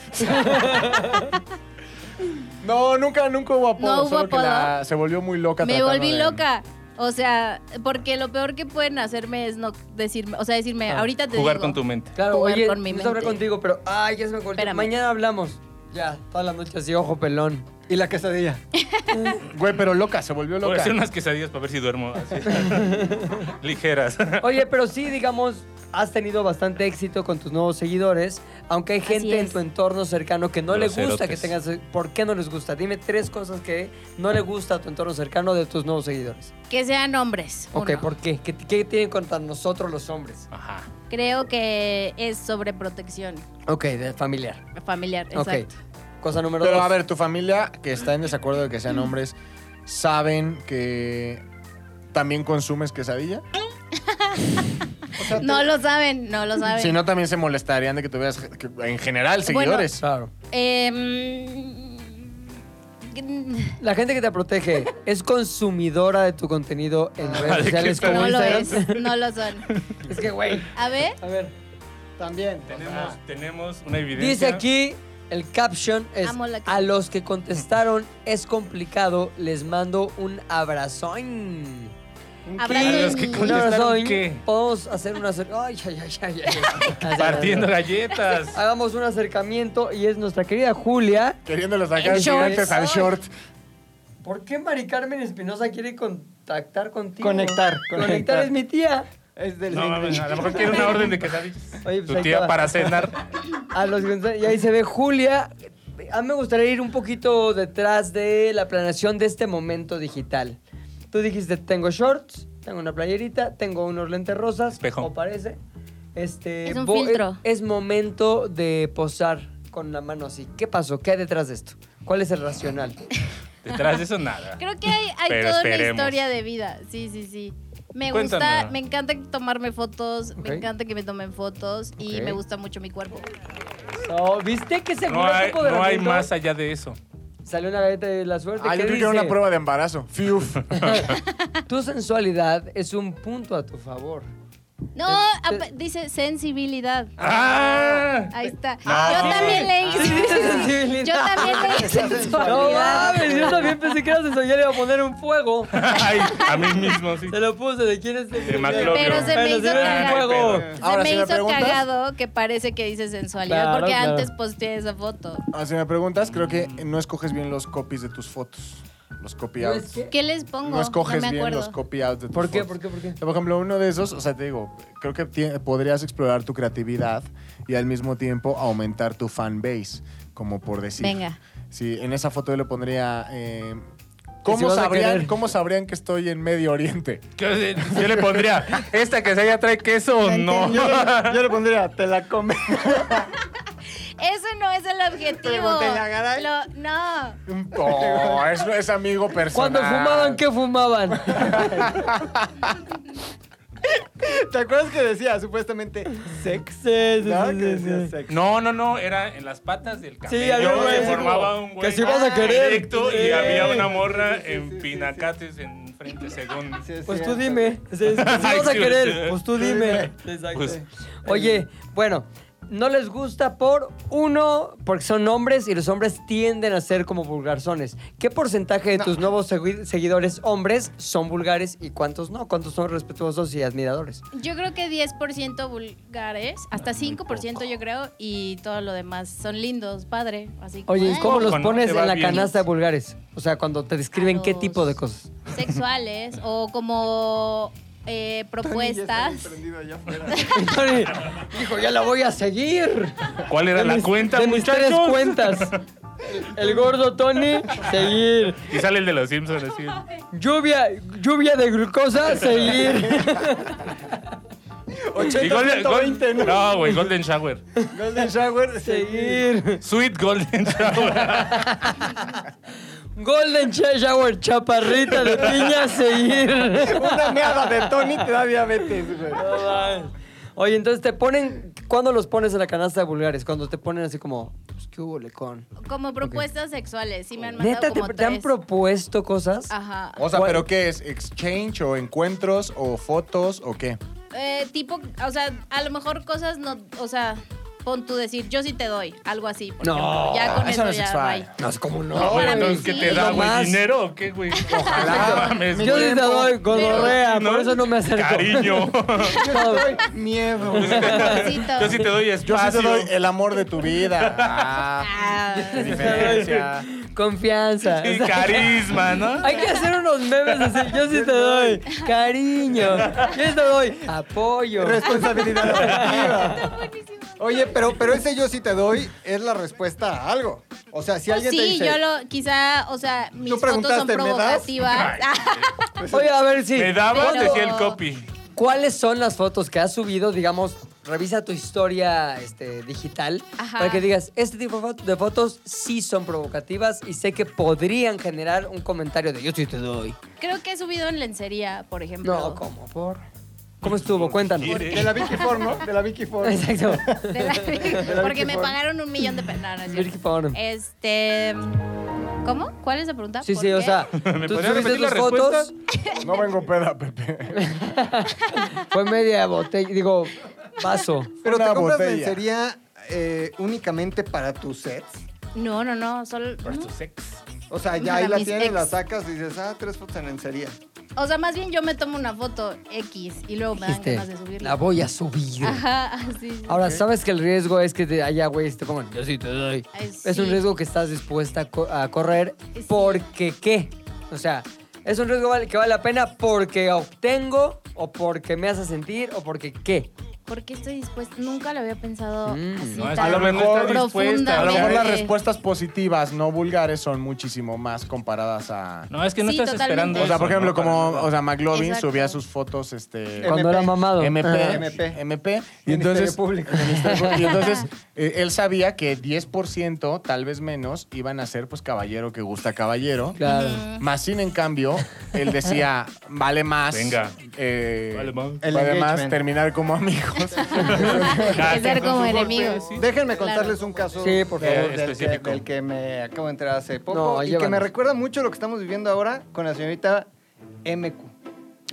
Speaker 4: No, nunca, nunca hubo apodo.
Speaker 3: No hubo
Speaker 4: solo Que
Speaker 3: apodo.
Speaker 4: la- se volvió muy loca.
Speaker 3: Me
Speaker 4: tratando
Speaker 3: volví
Speaker 4: de-
Speaker 3: loca. O sea, porque lo peor que pueden hacerme es no decirme, o sea, decirme, ahorita te
Speaker 2: Ah, Jugar
Speaker 3: digo.
Speaker 2: con tu mente.
Speaker 7: Claro,
Speaker 3: Jugar
Speaker 7: oye,
Speaker 3: con mi
Speaker 7: necesito hablar
Speaker 3: mente.
Speaker 7: contigo, pero. Ay, ya se me acordó.
Speaker 3: Espérame.
Speaker 7: Mañana hablamos. Ya, toda la noche así, ojo pelón.
Speaker 5: Y la quesadilla.
Speaker 4: Güey, pero loca, se volvió
Speaker 2: Voy a
Speaker 4: loca.
Speaker 2: hacer unas quesadillas para ver si duermo. así. Ligeras.
Speaker 7: Oye, pero sí, digamos, has tenido bastante éxito con tus nuevos seguidores, aunque hay
Speaker 3: Así
Speaker 7: gente en
Speaker 3: es.
Speaker 7: tu entorno cercano que no le gusta
Speaker 2: Groserotes.
Speaker 7: que tengas... ¿Por qué no les gusta? Dime tres cosas que no le gusta a tu entorno cercano de tus nuevos seguidores.
Speaker 3: Que sean hombres.
Speaker 7: Ok,
Speaker 3: uno.
Speaker 7: ¿por qué? ¿Qué, qué tienen contra nosotros los hombres?
Speaker 4: Ah.
Speaker 2: Ajá.
Speaker 3: Creo que es sobreprotección
Speaker 7: Ok, de familiar.
Speaker 3: familiar. Exacto.
Speaker 7: Ok. Cosa número
Speaker 4: Pero
Speaker 7: dos.
Speaker 4: a ver, tu familia que está en desacuerdo de que sean hombres, ¿saben que también consumes quesadilla?
Speaker 3: No lo saben, no lo saben.
Speaker 4: Si no, también se molestarían de que tuvieras que- en general seguidores.
Speaker 7: Claro.
Speaker 3: Eh, mm,
Speaker 7: La gente que te protege es consumidora de tu contenido en
Speaker 4: Ah,
Speaker 7: redes sociales como
Speaker 3: no lo
Speaker 7: Instagram.
Speaker 3: es, no lo son.
Speaker 7: Es que, güey.
Speaker 3: A ver,
Speaker 7: A ver.
Speaker 5: También. pues,
Speaker 2: Tenemos, tenemos una evidencia.
Speaker 7: Dice aquí el caption es
Speaker 3: Amo la que-
Speaker 7: a los que contestaron es complicado, les mando un abrazón.
Speaker 2: A
Speaker 3: abrazo
Speaker 2: los que
Speaker 3: mi-
Speaker 7: Un abrazón.
Speaker 2: contestaron qué?
Speaker 7: Podemos hacer un acercamiento. Ay, ay, ay, ay, ay. Así,
Speaker 2: Partiendo
Speaker 7: así.
Speaker 2: galletas.
Speaker 7: Hagamos un acercamiento y es nuestra querida Julia.
Speaker 4: Queriéndolo sacar
Speaker 7: En shorts.
Speaker 4: gigantes al short.
Speaker 7: ¿Por qué Mari Carmen Espinosa quiere contactar contigo?
Speaker 5: Conectar,
Speaker 7: Conectar,
Speaker 5: conectar.
Speaker 7: es mi tía.
Speaker 5: Es del.
Speaker 2: No, mames, a lo mejor quiere una orden de quesadillas.
Speaker 7: Oye, pues
Speaker 2: tu
Speaker 7: ahí te
Speaker 2: tía
Speaker 7: va.
Speaker 2: para cenar.
Speaker 7: A los que- y ahí se ve Julia. A mí me gustaría ir un poquito detrás de la planeación de este momento digital. Tú dijiste, tengo shorts, tengo una playerita, tengo unos lentes rosas,
Speaker 2: Espejo.
Speaker 7: o parece. Este,
Speaker 3: Es un
Speaker 7: bo-
Speaker 3: filtro.
Speaker 7: Es, momento de posar con la mano así. ¿Qué pasó? ¿Qué hay detrás de esto? ¿Cuál es el racional?
Speaker 2: Detrás de eso nada.
Speaker 3: Creo que hay, hay
Speaker 2: Pero
Speaker 3: toda
Speaker 2: esperemos.
Speaker 3: una historia de vida. Sí, sí, sí. Me gusta,
Speaker 2: Cuéntanos.
Speaker 3: me encanta tomarme fotos,
Speaker 7: Ok.
Speaker 3: me encanta que me tomen fotos y
Speaker 7: Ok.
Speaker 3: me gusta mucho mi cuerpo.
Speaker 7: No, ¿Viste que según
Speaker 2: No
Speaker 7: el
Speaker 2: hay,
Speaker 7: grupo de
Speaker 2: no hay
Speaker 7: Ramiro
Speaker 2: más allá de eso.
Speaker 7: Salió una galleta de la suerte.
Speaker 4: Ah,
Speaker 7: ¿Qué
Speaker 4: yo creo que era
Speaker 7: dice?
Speaker 4: una prueba de embarazo. Fiuf.
Speaker 7: Tu sensualidad es un punto a tu favor.
Speaker 3: No,
Speaker 7: Te-
Speaker 3: apa- dice sensibilidad.
Speaker 2: ¡Ah!
Speaker 3: Ahí está.
Speaker 2: No.
Speaker 3: Yo también leí.
Speaker 7: Sí, dice Ah, sensibilidad.
Speaker 3: Yo también leí
Speaker 7: No
Speaker 3: sensualidad.
Speaker 7: mames, yo también pensé que era sensualidad. Le iba a poner un fuego.
Speaker 2: Ay, a mí mismo, sí.
Speaker 7: Se lo puse. ¿De quién es
Speaker 2: De Max
Speaker 7: video?
Speaker 2: Lobio. Pero se me
Speaker 7: Bueno,
Speaker 3: hizo
Speaker 7: sí,
Speaker 3: cagar.
Speaker 7: un fuego.
Speaker 2: Pero-
Speaker 4: Ahora,
Speaker 3: Se me
Speaker 4: si me
Speaker 3: hizo
Speaker 4: preguntas-
Speaker 3: cagado que parece que dice sensualidad
Speaker 7: Claro,
Speaker 3: porque
Speaker 7: claro.
Speaker 3: antes posteé esa foto.
Speaker 4: Ah, si me preguntas, creo que no escoges bien los copies de tus fotos. Los copy
Speaker 7: ¿No es
Speaker 4: outs.
Speaker 7: qué?
Speaker 3: ¿Qué les pongo?
Speaker 4: No escoges
Speaker 3: me
Speaker 4: bien
Speaker 3: acuerdo.
Speaker 4: los copy outs de tus
Speaker 7: ¿Por qué?
Speaker 4: fotos.
Speaker 7: ¿Por qué? ¿Por qué?
Speaker 4: Por ejemplo, uno de esos, o sea, te digo, creo que tie- podrías explorar tu creatividad y al mismo tiempo aumentar tu fan base, como por decir.
Speaker 3: Venga.
Speaker 4: Sí, en esa foto yo le pondría. eh,
Speaker 7: si
Speaker 4: ¿cómo,
Speaker 7: vas a
Speaker 4: sabrían,
Speaker 7: querer.
Speaker 4: ¿Cómo sabrían que estoy en Medio Oriente?
Speaker 2: Yo, yo le pondría, ¿esta quesadilla trae queso o no?
Speaker 4: Yo le pondría, te la comes.
Speaker 3: Ese no es el objetivo.
Speaker 5: Pregúntale a Garay.
Speaker 3: Lo- no.
Speaker 4: No, eso es amigo personal.
Speaker 7: Cuando fumaban, ¿qué fumaban?
Speaker 5: ¿Te acuerdas que decía supuestamente sex?
Speaker 7: Sí, sí,
Speaker 5: ¿no?
Speaker 7: sí,
Speaker 5: Que
Speaker 7: sí,
Speaker 5: decía
Speaker 7: sí.
Speaker 5: sex.
Speaker 2: No, no, no, era en las patas del camello.
Speaker 7: había un güey
Speaker 2: se
Speaker 7: así
Speaker 2: formaba
Speaker 7: como,
Speaker 2: un güey.
Speaker 7: que si vas a querer.
Speaker 2: Directo
Speaker 7: Sí.
Speaker 2: y había una morra
Speaker 5: Sí, sí, sí, sí,
Speaker 2: en
Speaker 5: sí,
Speaker 2: pinacates en frente según.
Speaker 5: Sí, es
Speaker 7: Pues tú
Speaker 5: cierto.
Speaker 7: dime. Sí, sí, sí,
Speaker 2: Ay,
Speaker 7: vas a
Speaker 2: sí,
Speaker 7: querer?
Speaker 2: sí.
Speaker 7: Pues tú dime. Exacto.
Speaker 2: Pues-
Speaker 7: Oye, bueno, no les gusta por uno, porque son hombres y los hombres tienden a ser como vulgarzones. ¿Qué porcentaje de tus nuevos segui- seguidores hombres son vulgares y cuántos no? ¿Cuántos son respetuosos y admiradores?
Speaker 3: Yo creo que 10% vulgares, hasta 5% yo creo, y todo lo demás son lindos, padre. Así como,
Speaker 7: Oye, ¿y
Speaker 3: "Ay,
Speaker 7: cómo los
Speaker 2: Con- no
Speaker 7: pones
Speaker 2: te va
Speaker 7: en la
Speaker 2: bien.
Speaker 7: canasta de vulgares? O sea, cuando te describen qué tipo de cosas.
Speaker 3: Sexuales o como eh,
Speaker 5: Tony ya está
Speaker 3: propuestas.
Speaker 5: prendido allá afuera.
Speaker 7: Tony, hijo, ya la voy a seguir.
Speaker 2: ¿Cuál era
Speaker 7: De
Speaker 2: la
Speaker 7: mis-
Speaker 2: cuenta,
Speaker 7: de mis tres
Speaker 2: muchachos?
Speaker 7: cuentas. El gordo Tony, seguir.
Speaker 2: Y sale el de los Simpsons así.
Speaker 7: Lluvia, lluvia de glucosa, seguir.
Speaker 2: Y Golden,
Speaker 5: 80-120,
Speaker 2: Gol- no, güey, Golden Shower.
Speaker 5: Golden Shower, seguir.
Speaker 7: seguir.
Speaker 2: Sweet Golden Shower.
Speaker 7: Golden Shower, chaparrita de piña, seguir.
Speaker 5: Una meada de Tony te da diabetes, güey.
Speaker 7: Oye, entonces te ponen, ¿cuándo los pones en la canasta de vulgares? Cuando te ponen así como, pues, ¿qué hubo, lecón?
Speaker 3: Como propuestas sexuales, sí me han mandado
Speaker 7: Neta, te,
Speaker 3: como
Speaker 7: te han
Speaker 3: tres.
Speaker 7: propuesto cosas.
Speaker 3: Ajá.
Speaker 4: O sea, ¿pero qué es? ¿Exchange o encuentros o fotos o qué?
Speaker 3: Eh, tipo, o sea, a lo mejor cosas no, o sea, pon tú decir, yo sí te doy, algo así. Por
Speaker 7: No,
Speaker 3: ejemplo. ya con
Speaker 4: eso
Speaker 3: eso,
Speaker 4: no es
Speaker 3: ya
Speaker 4: sexual.
Speaker 3: bye.
Speaker 7: No, es como
Speaker 2: No, güey,
Speaker 3: para mí
Speaker 2: entonces, ¿qué
Speaker 3: sí.
Speaker 2: te da, güey?
Speaker 7: Nomás.
Speaker 2: ¿Dinero o qué, güey?
Speaker 4: Ojalá.
Speaker 2: No mames,
Speaker 7: Yo
Speaker 2: güey.
Speaker 7: sí te doy gonorrea, por eso no me acerco.
Speaker 2: Cariño.
Speaker 7: No,
Speaker 4: Miedo.
Speaker 3: Besito.
Speaker 2: Yo sí te doy
Speaker 4: Yo sí
Speaker 2: espacio.
Speaker 4: te doy el amor de tu vida. Ah,
Speaker 3: Ah.
Speaker 4: diferencia.
Speaker 7: Confianza.
Speaker 2: Sí,
Speaker 7: O sea,
Speaker 2: carisma, ¿no?
Speaker 7: Hay que hacer unos memes así. Yo sí te doy cariño. Yo sí te doy apoyo.
Speaker 5: Responsabilidad afectiva. Oye, pero, pero ese yo sí te doy es la respuesta a algo. O sea, si
Speaker 3: Pues
Speaker 5: alguien
Speaker 3: sí,
Speaker 5: te dice...
Speaker 3: yo lo, quizá, o sea, mis fotos son
Speaker 5: preguntaste, ¿me das?
Speaker 3: provocativas.
Speaker 7: Oye, a ver si.
Speaker 2: Me dabas,
Speaker 3: Pero-
Speaker 2: decía el copy.
Speaker 7: ¿Cuáles son las fotos que has subido? Digamos, revisa tu historia este, digital
Speaker 3: Ajá.
Speaker 7: para que digas, este tipo de fo- de fotos sí son provocativas y sé que podrían generar un comentario de yo sí te doy.
Speaker 3: Creo que he subido en lencería, por ejemplo.
Speaker 7: No, ¿cómo? ¿Por? ¿Cómo estuvo? Cuéntanos.
Speaker 5: De la Vicky Ford, ¿no? De la Vicky Ford.
Speaker 7: Exacto.
Speaker 3: De la- porque me
Speaker 5: Ford.
Speaker 3: pagaron un millón de pesos. No, no es
Speaker 7: Vicky
Speaker 3: cierto.
Speaker 7: Ford.
Speaker 3: Este. ¿Cómo? ¿Cuál es la pregunta?
Speaker 7: Sí,
Speaker 3: ¿Por
Speaker 7: sí, o
Speaker 3: qué?
Speaker 7: sea,
Speaker 2: ¿Me
Speaker 7: tú
Speaker 2: podrías
Speaker 7: subiste
Speaker 2: repetir la
Speaker 7: tus fotos,
Speaker 4: No vengo peda, Pepe.
Speaker 7: fue media botella, digo, vaso.
Speaker 5: Pero
Speaker 4: Una
Speaker 5: te compras
Speaker 4: botella.
Speaker 5: lencería eh, únicamente para tus sets.
Speaker 3: No, no, no. Solo.
Speaker 5: O sea, ya
Speaker 3: Para
Speaker 5: ahí la
Speaker 3: mis
Speaker 5: tienes,
Speaker 3: ex.
Speaker 5: la sacas y dices, ah, tres fotos en lencería.
Speaker 3: O sea, más bien yo me tomo una foto X y luego me dan
Speaker 7: Dijiste,
Speaker 3: ganas de subirla.
Speaker 7: la voy a subir.
Speaker 3: Ajá, sí. sí.
Speaker 7: Ahora, ¿sabes que el riesgo es que te, allá, güey, te pongan, yo sí te doy?
Speaker 3: Ay,
Speaker 7: Es
Speaker 3: sí.
Speaker 7: un riesgo que estás dispuesta a, co- a correr
Speaker 3: Sí.
Speaker 7: porque qué. O sea, es un riesgo val- que vale la pena porque obtengo o porque me hace sentir o porque qué.
Speaker 3: ¿por qué estoy dispuesta? Nunca lo había pensado
Speaker 7: Mm.
Speaker 3: así.
Speaker 2: No, es
Speaker 3: tan
Speaker 2: que a lo mejor
Speaker 4: está
Speaker 2: dispuesta,
Speaker 4: A lo mejor las
Speaker 3: profundamente.
Speaker 4: respuestas positivas, no vulgares, son muchísimo más comparadas a...
Speaker 2: No, es que no
Speaker 3: Sí,
Speaker 2: estás
Speaker 3: totalmente.
Speaker 2: esperando.
Speaker 4: O sea,
Speaker 2: eso,
Speaker 4: por ejemplo,
Speaker 2: ¿no?
Speaker 4: como o sea, McLovin
Speaker 3: Exacto.
Speaker 4: subía sus fotos este,
Speaker 5: Eh,
Speaker 7: Cuando
Speaker 5: MP.
Speaker 7: era mamado.
Speaker 4: MP,
Speaker 7: Ajá.
Speaker 4: MP,
Speaker 5: MP.
Speaker 4: y entonces,
Speaker 5: Público.
Speaker 4: y entonces eh, él sabía que 10%, tal vez menos, iban a ser pues caballero que gusta caballero.
Speaker 7: Claro.
Speaker 4: Más sin en cambio, él decía, vale más.
Speaker 2: Venga.
Speaker 4: eh,
Speaker 2: Vale, más.
Speaker 5: El
Speaker 4: vale más
Speaker 5: engagement.
Speaker 4: terminar como amigos.
Speaker 2: Ah,
Speaker 3: Es ser
Speaker 2: con
Speaker 3: como
Speaker 2: su golpe,
Speaker 3: enemigos.
Speaker 2: sí.
Speaker 5: Déjenme
Speaker 3: Claro.
Speaker 5: contarles un caso
Speaker 7: Sí, por
Speaker 5: de-
Speaker 2: favor.
Speaker 5: del, que,
Speaker 2: Específico.
Speaker 5: del que me acabo de enterar hace poco
Speaker 7: No,
Speaker 5: y que me
Speaker 7: llévanos.
Speaker 5: recuerda mucho lo que estamos viviendo ahora con la señorita MQ.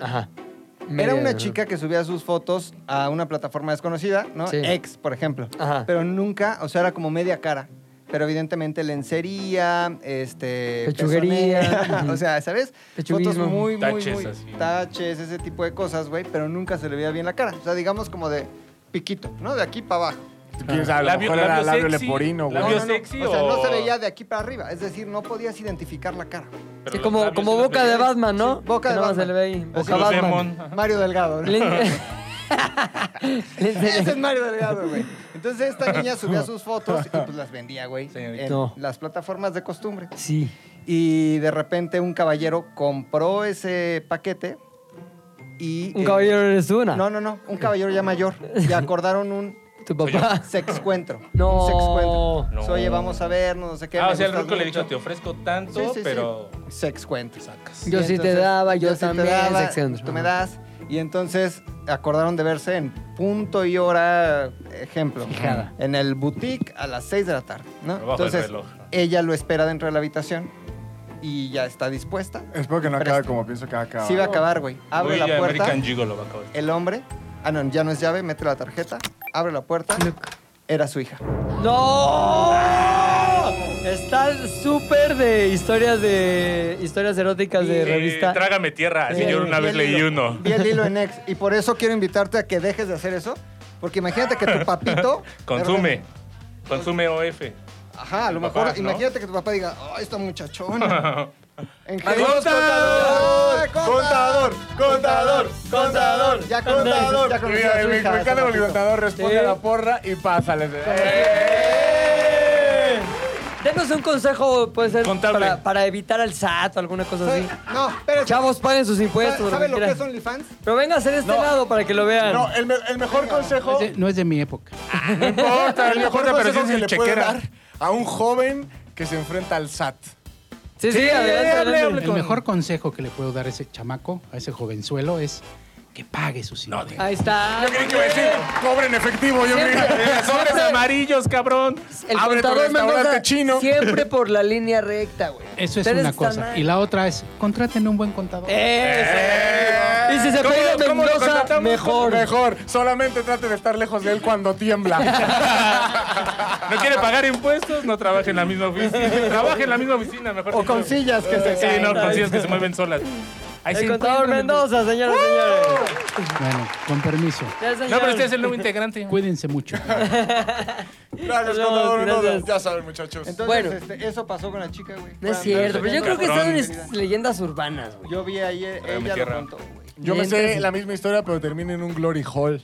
Speaker 7: Ajá.
Speaker 5: Era
Speaker 7: Media,
Speaker 5: una
Speaker 7: ¿no?
Speaker 5: chica que subía sus fotos a una plataforma desconocida, ¿no?
Speaker 7: Sí.
Speaker 5: Ex, por ejemplo.
Speaker 7: Ajá.
Speaker 5: Pero nunca, o sea, era como media cara. Pero evidentemente lencería, este...
Speaker 7: Pechuguería.
Speaker 5: pezonera,
Speaker 7: Ujú.
Speaker 5: o sea, ¿sabes?
Speaker 7: Pechuguismo.
Speaker 5: Fotos muy, muy,
Speaker 2: Taches,
Speaker 5: muy...
Speaker 2: así.
Speaker 5: Taches, ese tipo de cosas, güey. Pero nunca se le veía bien la cara. O sea, digamos como de piquito, ¿no? De aquí para abajo.
Speaker 4: Piensa, a lo
Speaker 2: Labio-
Speaker 4: mejor era
Speaker 2: labio
Speaker 4: labio
Speaker 2: sexy,
Speaker 4: leporino, güey.
Speaker 2: labio
Speaker 4: No, no, no.
Speaker 2: sexy
Speaker 5: O sea, no se
Speaker 2: o-
Speaker 5: veía de aquí para arriba. Es decir, no podías identificar la cara.
Speaker 2: Pero
Speaker 7: Sí,
Speaker 2: los
Speaker 7: como,
Speaker 2: labios
Speaker 7: como
Speaker 2: se los
Speaker 7: boca
Speaker 2: veía.
Speaker 7: de Batman, ¿no?
Speaker 5: Sí, boca
Speaker 7: Que
Speaker 5: de
Speaker 7: nada más
Speaker 5: Batman.
Speaker 7: se le ve ahí.
Speaker 2: Así
Speaker 7: Boca
Speaker 2: los
Speaker 7: Batman.
Speaker 2: demon.
Speaker 5: Mario Delgado, ¿no?
Speaker 7: Lin-
Speaker 5: Ese es Mario Delgado, güey. Entonces esta niña subía sus fotos y pues las vendía, güey.
Speaker 2: Señorita.
Speaker 5: En
Speaker 7: No.
Speaker 5: las plataformas de costumbre.
Speaker 7: Sí.
Speaker 5: Y de repente un caballero compró ese paquete y...
Speaker 7: Un
Speaker 5: eh,
Speaker 7: caballero eres tú,
Speaker 5: No, no, no. Un caballero ya mayor. Y acordaron un
Speaker 7: Tu papá.
Speaker 5: sexcuentro.
Speaker 7: No.
Speaker 5: Un sexcuentro.
Speaker 2: Pues No.
Speaker 5: So, Oye, vamos a vernos, no sé qué.
Speaker 2: Ah,
Speaker 5: me
Speaker 2: o sea, el
Speaker 5: gustas
Speaker 2: ruco le he
Speaker 5: mucho".
Speaker 2: dicho, te ofrezco tanto,
Speaker 5: Sí, sí, sí.
Speaker 2: pero
Speaker 5: Sexcuentro.
Speaker 2: sacas.
Speaker 7: Yo
Speaker 5: Y
Speaker 7: sí te
Speaker 5: entonces,
Speaker 7: daba, yo
Speaker 5: sí te
Speaker 7: también,
Speaker 5: daba,
Speaker 7: sexentra.
Speaker 5: Tú me das. Y entonces acordaron de verse en punto y hora, ejemplo,
Speaker 7: Fijada.
Speaker 5: en el boutique a las 6 de la tarde, ¿no?
Speaker 2: Abajo del
Speaker 5: entonces
Speaker 2: reloj.
Speaker 5: ella lo espera dentro de la habitación y ya está dispuesta.
Speaker 4: Espero que no acabe
Speaker 5: Presta.
Speaker 4: como pienso que va a acabar.
Speaker 5: Sí va a acabar, güey. Abre
Speaker 2: Muy
Speaker 5: la puerta.
Speaker 2: American Gigolo va a acabar.
Speaker 5: El hombre, ah no, ya no es llave, mete la tarjeta, abre la puerta. Era su hija.
Speaker 7: ¡No! Está súper de historias de. historias eróticas de
Speaker 2: Eh,
Speaker 7: revista.
Speaker 2: Trágame tierra,
Speaker 7: Sí,
Speaker 2: señor, una
Speaker 5: Vi
Speaker 2: vez
Speaker 5: el
Speaker 2: leí
Speaker 5: hilo,
Speaker 2: uno.
Speaker 5: Vi el hilo en ex. Y por eso quiero invitarte a que dejes de hacer eso. Porque imagínate que tu papito.
Speaker 2: Consume. Consume OF.
Speaker 5: Ajá, a lo
Speaker 2: Tu
Speaker 5: mejor.
Speaker 2: papá, ¿no?
Speaker 5: Imagínate que tu papá diga, ¡ay, esta muchachona! En que-
Speaker 4: ¡Contador!
Speaker 5: ¡Ay,
Speaker 4: ¡Contador! ¡Contador! ¡Contador!
Speaker 5: Ya contador. Ya conocí a
Speaker 4: Mira,
Speaker 5: su
Speaker 4: el
Speaker 5: hija,
Speaker 4: mexicano
Speaker 5: Zapatito.
Speaker 4: contador responde
Speaker 7: Sí.
Speaker 4: a la porra y pásale.
Speaker 7: Denos un consejo, puede ser.
Speaker 2: Contable.
Speaker 7: Para, para evitar el SAT o alguna cosa así.
Speaker 5: No, espérate.
Speaker 7: Chavos, pues, paguen sus impuestos.
Speaker 5: ¿Saben
Speaker 7: lo que
Speaker 5: saben lo que
Speaker 7: quieran.
Speaker 5: es OnlyFans?
Speaker 7: Pero vénganse de este lado para que lo vean.
Speaker 4: No, el, me- el mejor consejo.
Speaker 8: de- no es de mi época.
Speaker 4: No importa, el
Speaker 2: No
Speaker 4: mejor
Speaker 2: importa, pero
Speaker 4: consejo
Speaker 2: sí
Speaker 4: que
Speaker 2: es
Speaker 4: le puede
Speaker 2: chequera.
Speaker 4: dar a un joven que se enfrenta al SAT.
Speaker 7: sí, sí, adelante. adelante.
Speaker 8: El mejor consejo que le puedo dar a ese chamaco, a ese jovenzuelo, es que pague sus impuestos.
Speaker 7: Ahí está.
Speaker 4: Yo creí que iba a decir, cobre en efectivo. Yo creí
Speaker 7: Siempre-
Speaker 4: que
Speaker 2: Sobres amarillos, cabrón.
Speaker 7: El
Speaker 4: Abre tu
Speaker 7: contador
Speaker 4: restaurante
Speaker 7: Mendoza
Speaker 4: chino.
Speaker 7: siempre por la línea recta, güey.
Speaker 8: Eso es
Speaker 7: Ustedes
Speaker 8: una
Speaker 7: están
Speaker 8: cosa.
Speaker 7: mal. Eh.
Speaker 8: Y la otra es, contraten un buen contador.
Speaker 7: Eso. Y si se
Speaker 4: ¿Cómo-
Speaker 7: pega
Speaker 4: cómo lo
Speaker 7: Mendoza,
Speaker 4: contratamos?
Speaker 7: mejor.
Speaker 4: Mejor. Solamente trate de estar lejos de él cuando tiembla.
Speaker 2: No quiere pagar impuestos, no trabaja en la misma oficina. Trabaja en la misma oficina, mejor.
Speaker 5: O con sillas que se
Speaker 2: Sí,
Speaker 5: caen.
Speaker 2: no, con sillas que se mueven solas. Ahí
Speaker 7: El
Speaker 2: sí.
Speaker 7: contador Mendoza,
Speaker 5: eh.
Speaker 7: señoras y señores.
Speaker 8: Bueno, con permiso.
Speaker 7: Ya, señor.
Speaker 2: No, pero este es el nuevo integrante.
Speaker 8: Cuídense mucho.
Speaker 4: Gracias,
Speaker 7: Nos vemos,
Speaker 4: contador. Mendoza.
Speaker 7: gracias.
Speaker 4: Ya saben, muchachos.
Speaker 5: Entonces,
Speaker 7: Bueno.
Speaker 5: este, eso pasó con la chica, güey.
Speaker 7: No es
Speaker 5: Fueron
Speaker 7: cierto,
Speaker 5: dos
Speaker 7: pero yo creo que
Speaker 5: leyendas.
Speaker 7: están
Speaker 2: Cabrón.
Speaker 7: en leyendas urbanas, güey.
Speaker 5: Yo vi ayer,
Speaker 2: Tráeme
Speaker 5: ella lo
Speaker 2: tierra.
Speaker 5: contó, güey.
Speaker 4: Yo me sé la misma historia, pero termina en un glory hall.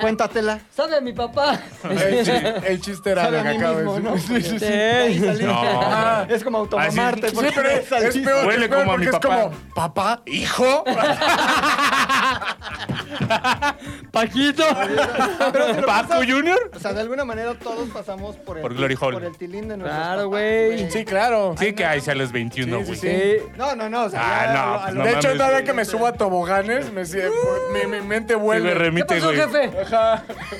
Speaker 5: Cuéntatela.
Speaker 7: ¿Sabe mi papá?
Speaker 4: El, chi- el chiste era
Speaker 5: Sabe
Speaker 4: lo
Speaker 5: a
Speaker 4: que
Speaker 5: mí
Speaker 4: acabo de
Speaker 5: mismo,
Speaker 4: decir.
Speaker 5: ¿no?
Speaker 4: Sí, sí, sí.
Speaker 7: Sí.
Speaker 2: No.
Speaker 5: Ah,
Speaker 2: hombre.
Speaker 5: es como
Speaker 2: Ah,
Speaker 5: automamarte.
Speaker 2: sí.
Speaker 5: porque
Speaker 4: Sí, pero es,
Speaker 5: saliste.
Speaker 4: es peor,
Speaker 2: Huele
Speaker 4: es peor
Speaker 2: como a mi
Speaker 4: porque es
Speaker 2: papá.
Speaker 4: como, papá, hijo.
Speaker 7: Paquito.
Speaker 5: Pero si lo
Speaker 2: ¿Paco
Speaker 5: piensas,
Speaker 2: Junior?
Speaker 5: O sea, de alguna manera todos pasamos por el,
Speaker 2: Por Glory Hall.
Speaker 5: por el tilín de nuestros
Speaker 7: Claro,
Speaker 5: papás,
Speaker 7: güey.
Speaker 4: Sí, claro.
Speaker 2: Sí, que ahí sale los 21,
Speaker 4: Sí, sí,
Speaker 2: güey.
Speaker 4: sí.
Speaker 7: Sí.
Speaker 5: No, no, no. O sea,
Speaker 2: Ah,
Speaker 5: ya
Speaker 2: no,
Speaker 5: a lo- a
Speaker 2: pues
Speaker 5: lo-
Speaker 2: no.
Speaker 4: de hecho,
Speaker 2: mames.
Speaker 4: cada vez que me subo a toboganes, me, sie- mi, mi mente
Speaker 2: Sí, me
Speaker 4: vuelve.
Speaker 7: ¿Qué
Speaker 2: remite,
Speaker 7: pasó,
Speaker 2: güey.
Speaker 7: jefe?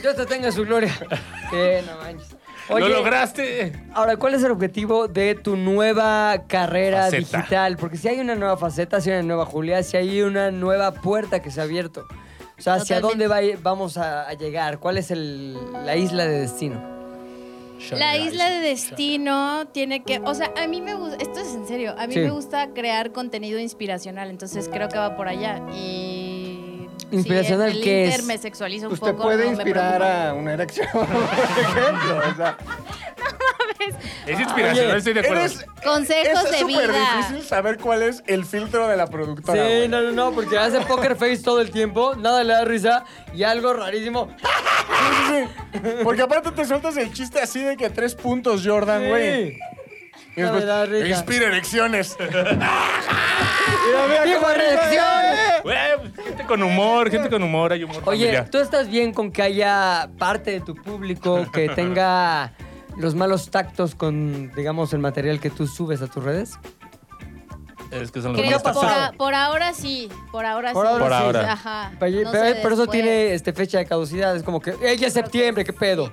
Speaker 7: Dios te tenga en su gloria. Que no manches.
Speaker 2: Lo
Speaker 7: Oye,
Speaker 2: lograste.
Speaker 7: Ahora, ¿cuál es el objetivo de tu nueva carrera
Speaker 2: Faceta.
Speaker 7: digital? Porque si hay una nueva faceta, si hay una nueva Julia, si hay una nueva puerta que se ha abierto. O sea, ¿hacia
Speaker 3: Totalmente.
Speaker 7: dónde va a ir- vamos a, a llegar? ¿Cuál es el- la isla de destino?
Speaker 3: La isla de destino tiene que, o sea, a mí me gusta, esto es en serio, a mí
Speaker 7: Sí.
Speaker 3: me gusta crear contenido inspiracional, entonces creo que va por allá y sí,
Speaker 7: ¿Inspiracional
Speaker 3: el
Speaker 7: qué
Speaker 3: Inter
Speaker 7: es?
Speaker 3: me sexualiza un
Speaker 5: Usted
Speaker 3: poco.
Speaker 5: puede
Speaker 3: no me
Speaker 5: inspirar
Speaker 3: preocupa.
Speaker 5: a una erección, por ejemplo. O sea,
Speaker 3: es
Speaker 2: Es inspiracional,
Speaker 7: Oye,
Speaker 2: estoy de acuerdo.
Speaker 4: Eres-
Speaker 3: Consejos
Speaker 4: es
Speaker 3: de
Speaker 4: súper
Speaker 3: vida.
Speaker 4: difícil saber cuál es el filtro de la productora.
Speaker 7: Sí,
Speaker 4: güey.
Speaker 7: no, no, no, porque hace poker face todo el tiempo, nada le da risa y algo rarísimo.
Speaker 4: Sí, sí, sí. Porque aparte te sueltas el chiste así de que tres puntos, Jordan, güey.
Speaker 7: Sí.
Speaker 4: Y
Speaker 7: No me da
Speaker 4: después,
Speaker 7: risa.
Speaker 4: inspira erecciones.
Speaker 7: ¡Digo reacción!
Speaker 2: Güey, pues, gente con humor, gente con humor, hay humor.
Speaker 7: Oye,
Speaker 2: familiar.
Speaker 7: ¿tú estás bien con que haya parte de tu público que tenga los malos tactos con, digamos, el material que tú subes a tus redes?
Speaker 2: Es que son los
Speaker 3: Creo
Speaker 2: más
Speaker 3: por,
Speaker 7: pasado.
Speaker 3: a- por ahora sí, por ahora
Speaker 7: Por
Speaker 3: sí.
Speaker 7: ahora
Speaker 2: Por sí. ahora.
Speaker 3: Ajá.
Speaker 7: Pero,
Speaker 3: No
Speaker 7: pero-
Speaker 3: sé
Speaker 7: pero eso
Speaker 3: después.
Speaker 7: tiene este, fecha de caducidad. Es como que, ¡ey, ya es septiembre! ¿Qué pedo?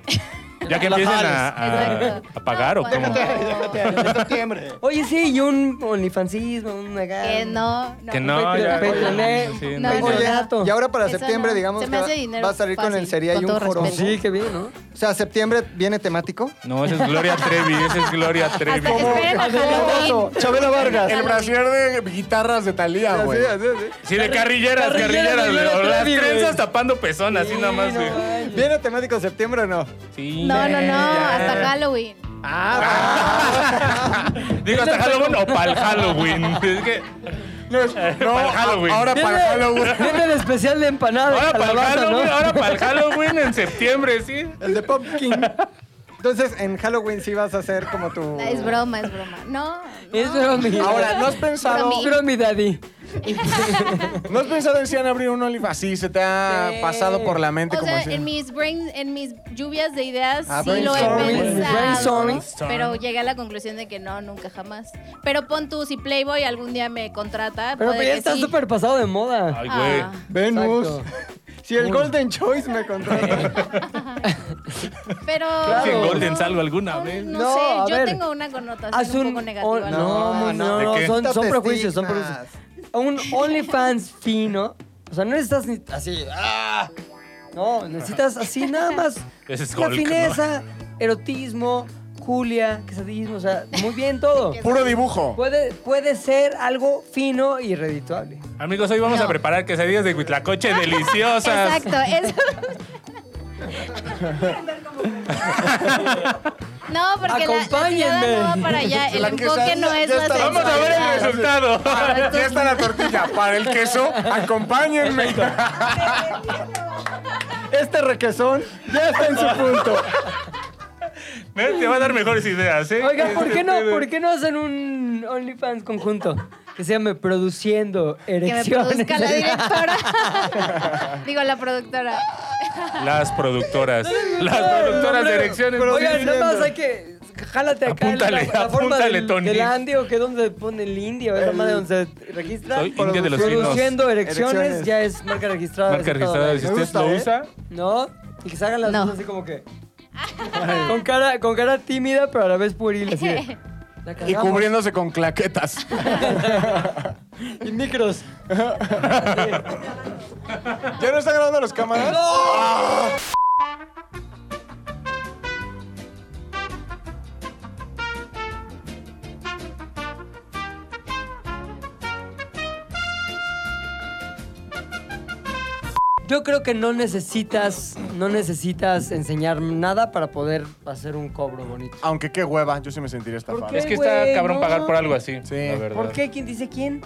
Speaker 2: Ya que empiezan a, a,
Speaker 3: Exacto.
Speaker 2: a pagar
Speaker 3: No,
Speaker 2: o cómo.
Speaker 3: cuando-
Speaker 5: septiembre.
Speaker 7: Oye, sí, y un olifancismo, un
Speaker 3: Que no, no.
Speaker 2: Que no, ya.
Speaker 7: Patroné,
Speaker 2: Sí,
Speaker 7: un
Speaker 2: no,
Speaker 3: no.
Speaker 7: patronato.
Speaker 5: Y ahora para
Speaker 3: Eso
Speaker 5: septiembre,
Speaker 3: no.
Speaker 5: digamos
Speaker 3: Se
Speaker 5: que
Speaker 3: me
Speaker 5: va,
Speaker 3: hace dinero
Speaker 5: va a salir con
Speaker 3: fácil,
Speaker 5: el sería y
Speaker 3: con
Speaker 5: un
Speaker 3: todo
Speaker 5: foro.
Speaker 3: respeto.
Speaker 7: Pues Sí, qué bien, ¿no?
Speaker 5: O sea, septiembre viene temático.
Speaker 2: No, esa es Gloria Trevi, esa es Gloria Trevi.
Speaker 3: Hasta que esperen a Halloween.
Speaker 5: Chabela Vargas.
Speaker 4: El brasier de guitarras de Talía, güey.
Speaker 5: Así, así, así.
Speaker 2: Sí, de carrilleras,
Speaker 7: Carrilleras de
Speaker 2: carrilleras.
Speaker 7: Gloria
Speaker 2: o Las
Speaker 7: Trevi, güey.
Speaker 2: trenzas tapando pezón, así nada más, güey.
Speaker 5: ¿Viene temático septiembre o no?
Speaker 2: Sí.
Speaker 3: No, no, no, hasta Halloween.
Speaker 2: Digo, hasta Halloween o para el Halloween. Es que,
Speaker 4: No,
Speaker 2: Para el
Speaker 4: a-
Speaker 2: Halloween.
Speaker 4: ahora para el Halloween.
Speaker 7: Viene el especial de empanada. de
Speaker 2: ahora para el
Speaker 7: calabaza, ¿no?
Speaker 2: Halloween, ahora para el Halloween en septiembre, sí.
Speaker 5: El de Pumpkin. Entonces, en Halloween sí vas a hacer como tu...
Speaker 3: Es broma, es broma. No. no.
Speaker 7: Es bromi.
Speaker 4: Ahora, ¿no has pensado,
Speaker 7: Es bromi, daddy.
Speaker 4: ¿no has pensado en si han abrir un oliva así? ¿Se te ha
Speaker 7: Sí.
Speaker 4: pasado por la mente
Speaker 3: O
Speaker 4: como
Speaker 3: sea,
Speaker 4: así?
Speaker 3: en mis brain, en mis lluvias de ideas
Speaker 5: Ah,
Speaker 3: sí lo he
Speaker 5: brainstorming.
Speaker 3: pensado,
Speaker 7: Brainstorming.
Speaker 3: pero llegué a la conclusión de que no, nunca jamás. Pero pon tú si Playboy algún día me contrata,
Speaker 7: Pero
Speaker 3: puede
Speaker 7: pues ya
Speaker 3: que
Speaker 7: está
Speaker 3: sí.
Speaker 7: súper pasado de moda.
Speaker 2: Ay, güey.
Speaker 3: Ah.
Speaker 5: Venus.
Speaker 7: Exacto.
Speaker 5: Si el Golden Choice me contrata.
Speaker 3: Pero
Speaker 2: Si en
Speaker 7: Claro.
Speaker 2: Golden salgo alguna
Speaker 3: no,
Speaker 2: vez.
Speaker 3: no
Speaker 7: No, a
Speaker 3: sé, yo
Speaker 7: ver.
Speaker 3: tengo una connotación
Speaker 7: Haz
Speaker 3: un,
Speaker 7: un-
Speaker 3: poco
Speaker 7: o-
Speaker 3: negativa.
Speaker 7: no. no,
Speaker 2: no,
Speaker 7: son- son
Speaker 5: Quítate
Speaker 7: prejuicios, son
Speaker 5: estigmas.
Speaker 7: Un OnlyFans fino. O sea, no necesitas ni así. ¡ah! No, necesitas así nada más.
Speaker 2: Ese es
Speaker 7: La
Speaker 2: Hulk,
Speaker 7: fineza, erotismo, Julia, quesadillismo. O sea, muy bien todo.
Speaker 4: Puro dibujo.
Speaker 7: Puede, puede ser algo fino y redituable.
Speaker 2: Amigos, hoy vamos
Speaker 3: No.
Speaker 2: a preparar quesadillas de huitlacoche deliciosas.
Speaker 3: Exacto, eso. No, porque la- la,
Speaker 7: Acompáñenme.
Speaker 3: tirada no va para allá. El
Speaker 4: La
Speaker 3: enfoque no
Speaker 4: quesadilla
Speaker 3: es
Speaker 4: ya
Speaker 3: la
Speaker 4: está.
Speaker 2: Vamos a ver el
Speaker 3: sexualidad.
Speaker 2: resultado.
Speaker 4: Ya está la tortilla. Para el queso, acompáñenme.
Speaker 5: Este requesón ya está en su punto.
Speaker 2: Ve, Te va a dar mejores ideas, ¿eh?
Speaker 7: Oiga, ¿por qué no, ¿por qué no hacen un OnlyFans conjunto? Que se llame Produciendo
Speaker 3: Que me
Speaker 7: Erecciones.
Speaker 3: produzca la directora. Digo, la productora.
Speaker 2: Las productoras. Las productoras de erecciones.
Speaker 7: Oigan, nada más hay que. Jálate acá.
Speaker 2: Apúntale,
Speaker 7: la, la forma
Speaker 2: apúntale,
Speaker 7: del,
Speaker 2: Tony.
Speaker 7: del Andy o que dónde pone el Indio, o esa madre donde se registra.
Speaker 2: Soy India de los
Speaker 7: Produciendo erecciones,
Speaker 5: Erecciones.
Speaker 7: ya es marca registrada.
Speaker 2: Marca
Speaker 7: aceptada,
Speaker 2: registrada.
Speaker 7: ¿vale?
Speaker 2: Si
Speaker 5: Me
Speaker 2: usted
Speaker 5: gusta,
Speaker 2: ¿Este lo
Speaker 5: ¿eh?
Speaker 2: usa,
Speaker 7: ¿No? Y que se hagan las
Speaker 3: No.
Speaker 7: dos así como que. con, cara, con cara tímida, pero a la vez pueril. Así de, la
Speaker 4: Y
Speaker 7: cagamos.
Speaker 4: cubriéndose con claquetas.
Speaker 7: Y micros.
Speaker 4: ¿Ya no están grabando las cámaras?
Speaker 7: Yo creo que no necesitas, no necesitas enseñar nada para poder hacer un cobro bonito.
Speaker 4: Aunque qué hueva, yo sí me sentiría estafado.
Speaker 7: qué?
Speaker 2: es que está
Speaker 7: güey,
Speaker 2: cabrón
Speaker 7: no.
Speaker 2: pagar por algo así.
Speaker 4: Sí.
Speaker 2: la verdad.
Speaker 7: ¿Por qué? ¿Quién dice quién?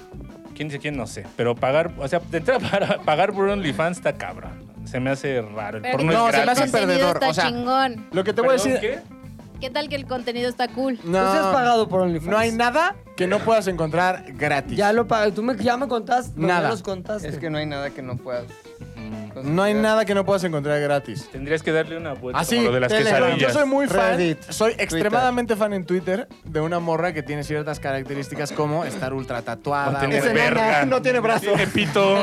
Speaker 2: ¿Quién dice quién? No sé. Pero pagar, o sea, de entrada, para- pagar por OnlyFans está cabrón. Se me hace raro. El
Speaker 3: Pero
Speaker 2: porno
Speaker 3: ¿qué
Speaker 4: No,
Speaker 2: es
Speaker 3: tal
Speaker 4: se me
Speaker 3: que
Speaker 2: gratis.
Speaker 4: hace
Speaker 3: el contenido
Speaker 4: perdedor,
Speaker 3: Está
Speaker 4: o sea-
Speaker 3: chingón.
Speaker 4: Lo que te voy a
Speaker 2: Perdón,
Speaker 4: decir...
Speaker 2: ¿qué?
Speaker 3: ¿Qué tal que el contenido está cool?
Speaker 7: Tú sí has
Speaker 4: No,
Speaker 7: Pues pagado por OnlyFans.
Speaker 4: no hay nada que no puedas encontrar gratis.
Speaker 7: Ya lo pagas. Tú me, ya me contaste. pero
Speaker 4: Nada.
Speaker 7: Ya los contaste.
Speaker 5: Es que no hay nada que no puedas.
Speaker 2: Pues
Speaker 4: No hay nada que no puedas encontrar gratis.
Speaker 2: Tendrías que darle una vuelta
Speaker 4: Así,
Speaker 2: como lo de las
Speaker 4: Telegram.
Speaker 2: quesadillas.
Speaker 4: yo soy muy fan,
Speaker 5: Reddit,
Speaker 4: soy extremadamente fan en Twitter de una morra que tiene ciertas características como estar ultra tatuada.
Speaker 2: Tener
Speaker 4: güey.
Speaker 5: verga.
Speaker 2: verga.
Speaker 5: no tiene brazo.
Speaker 2: Tiene pito.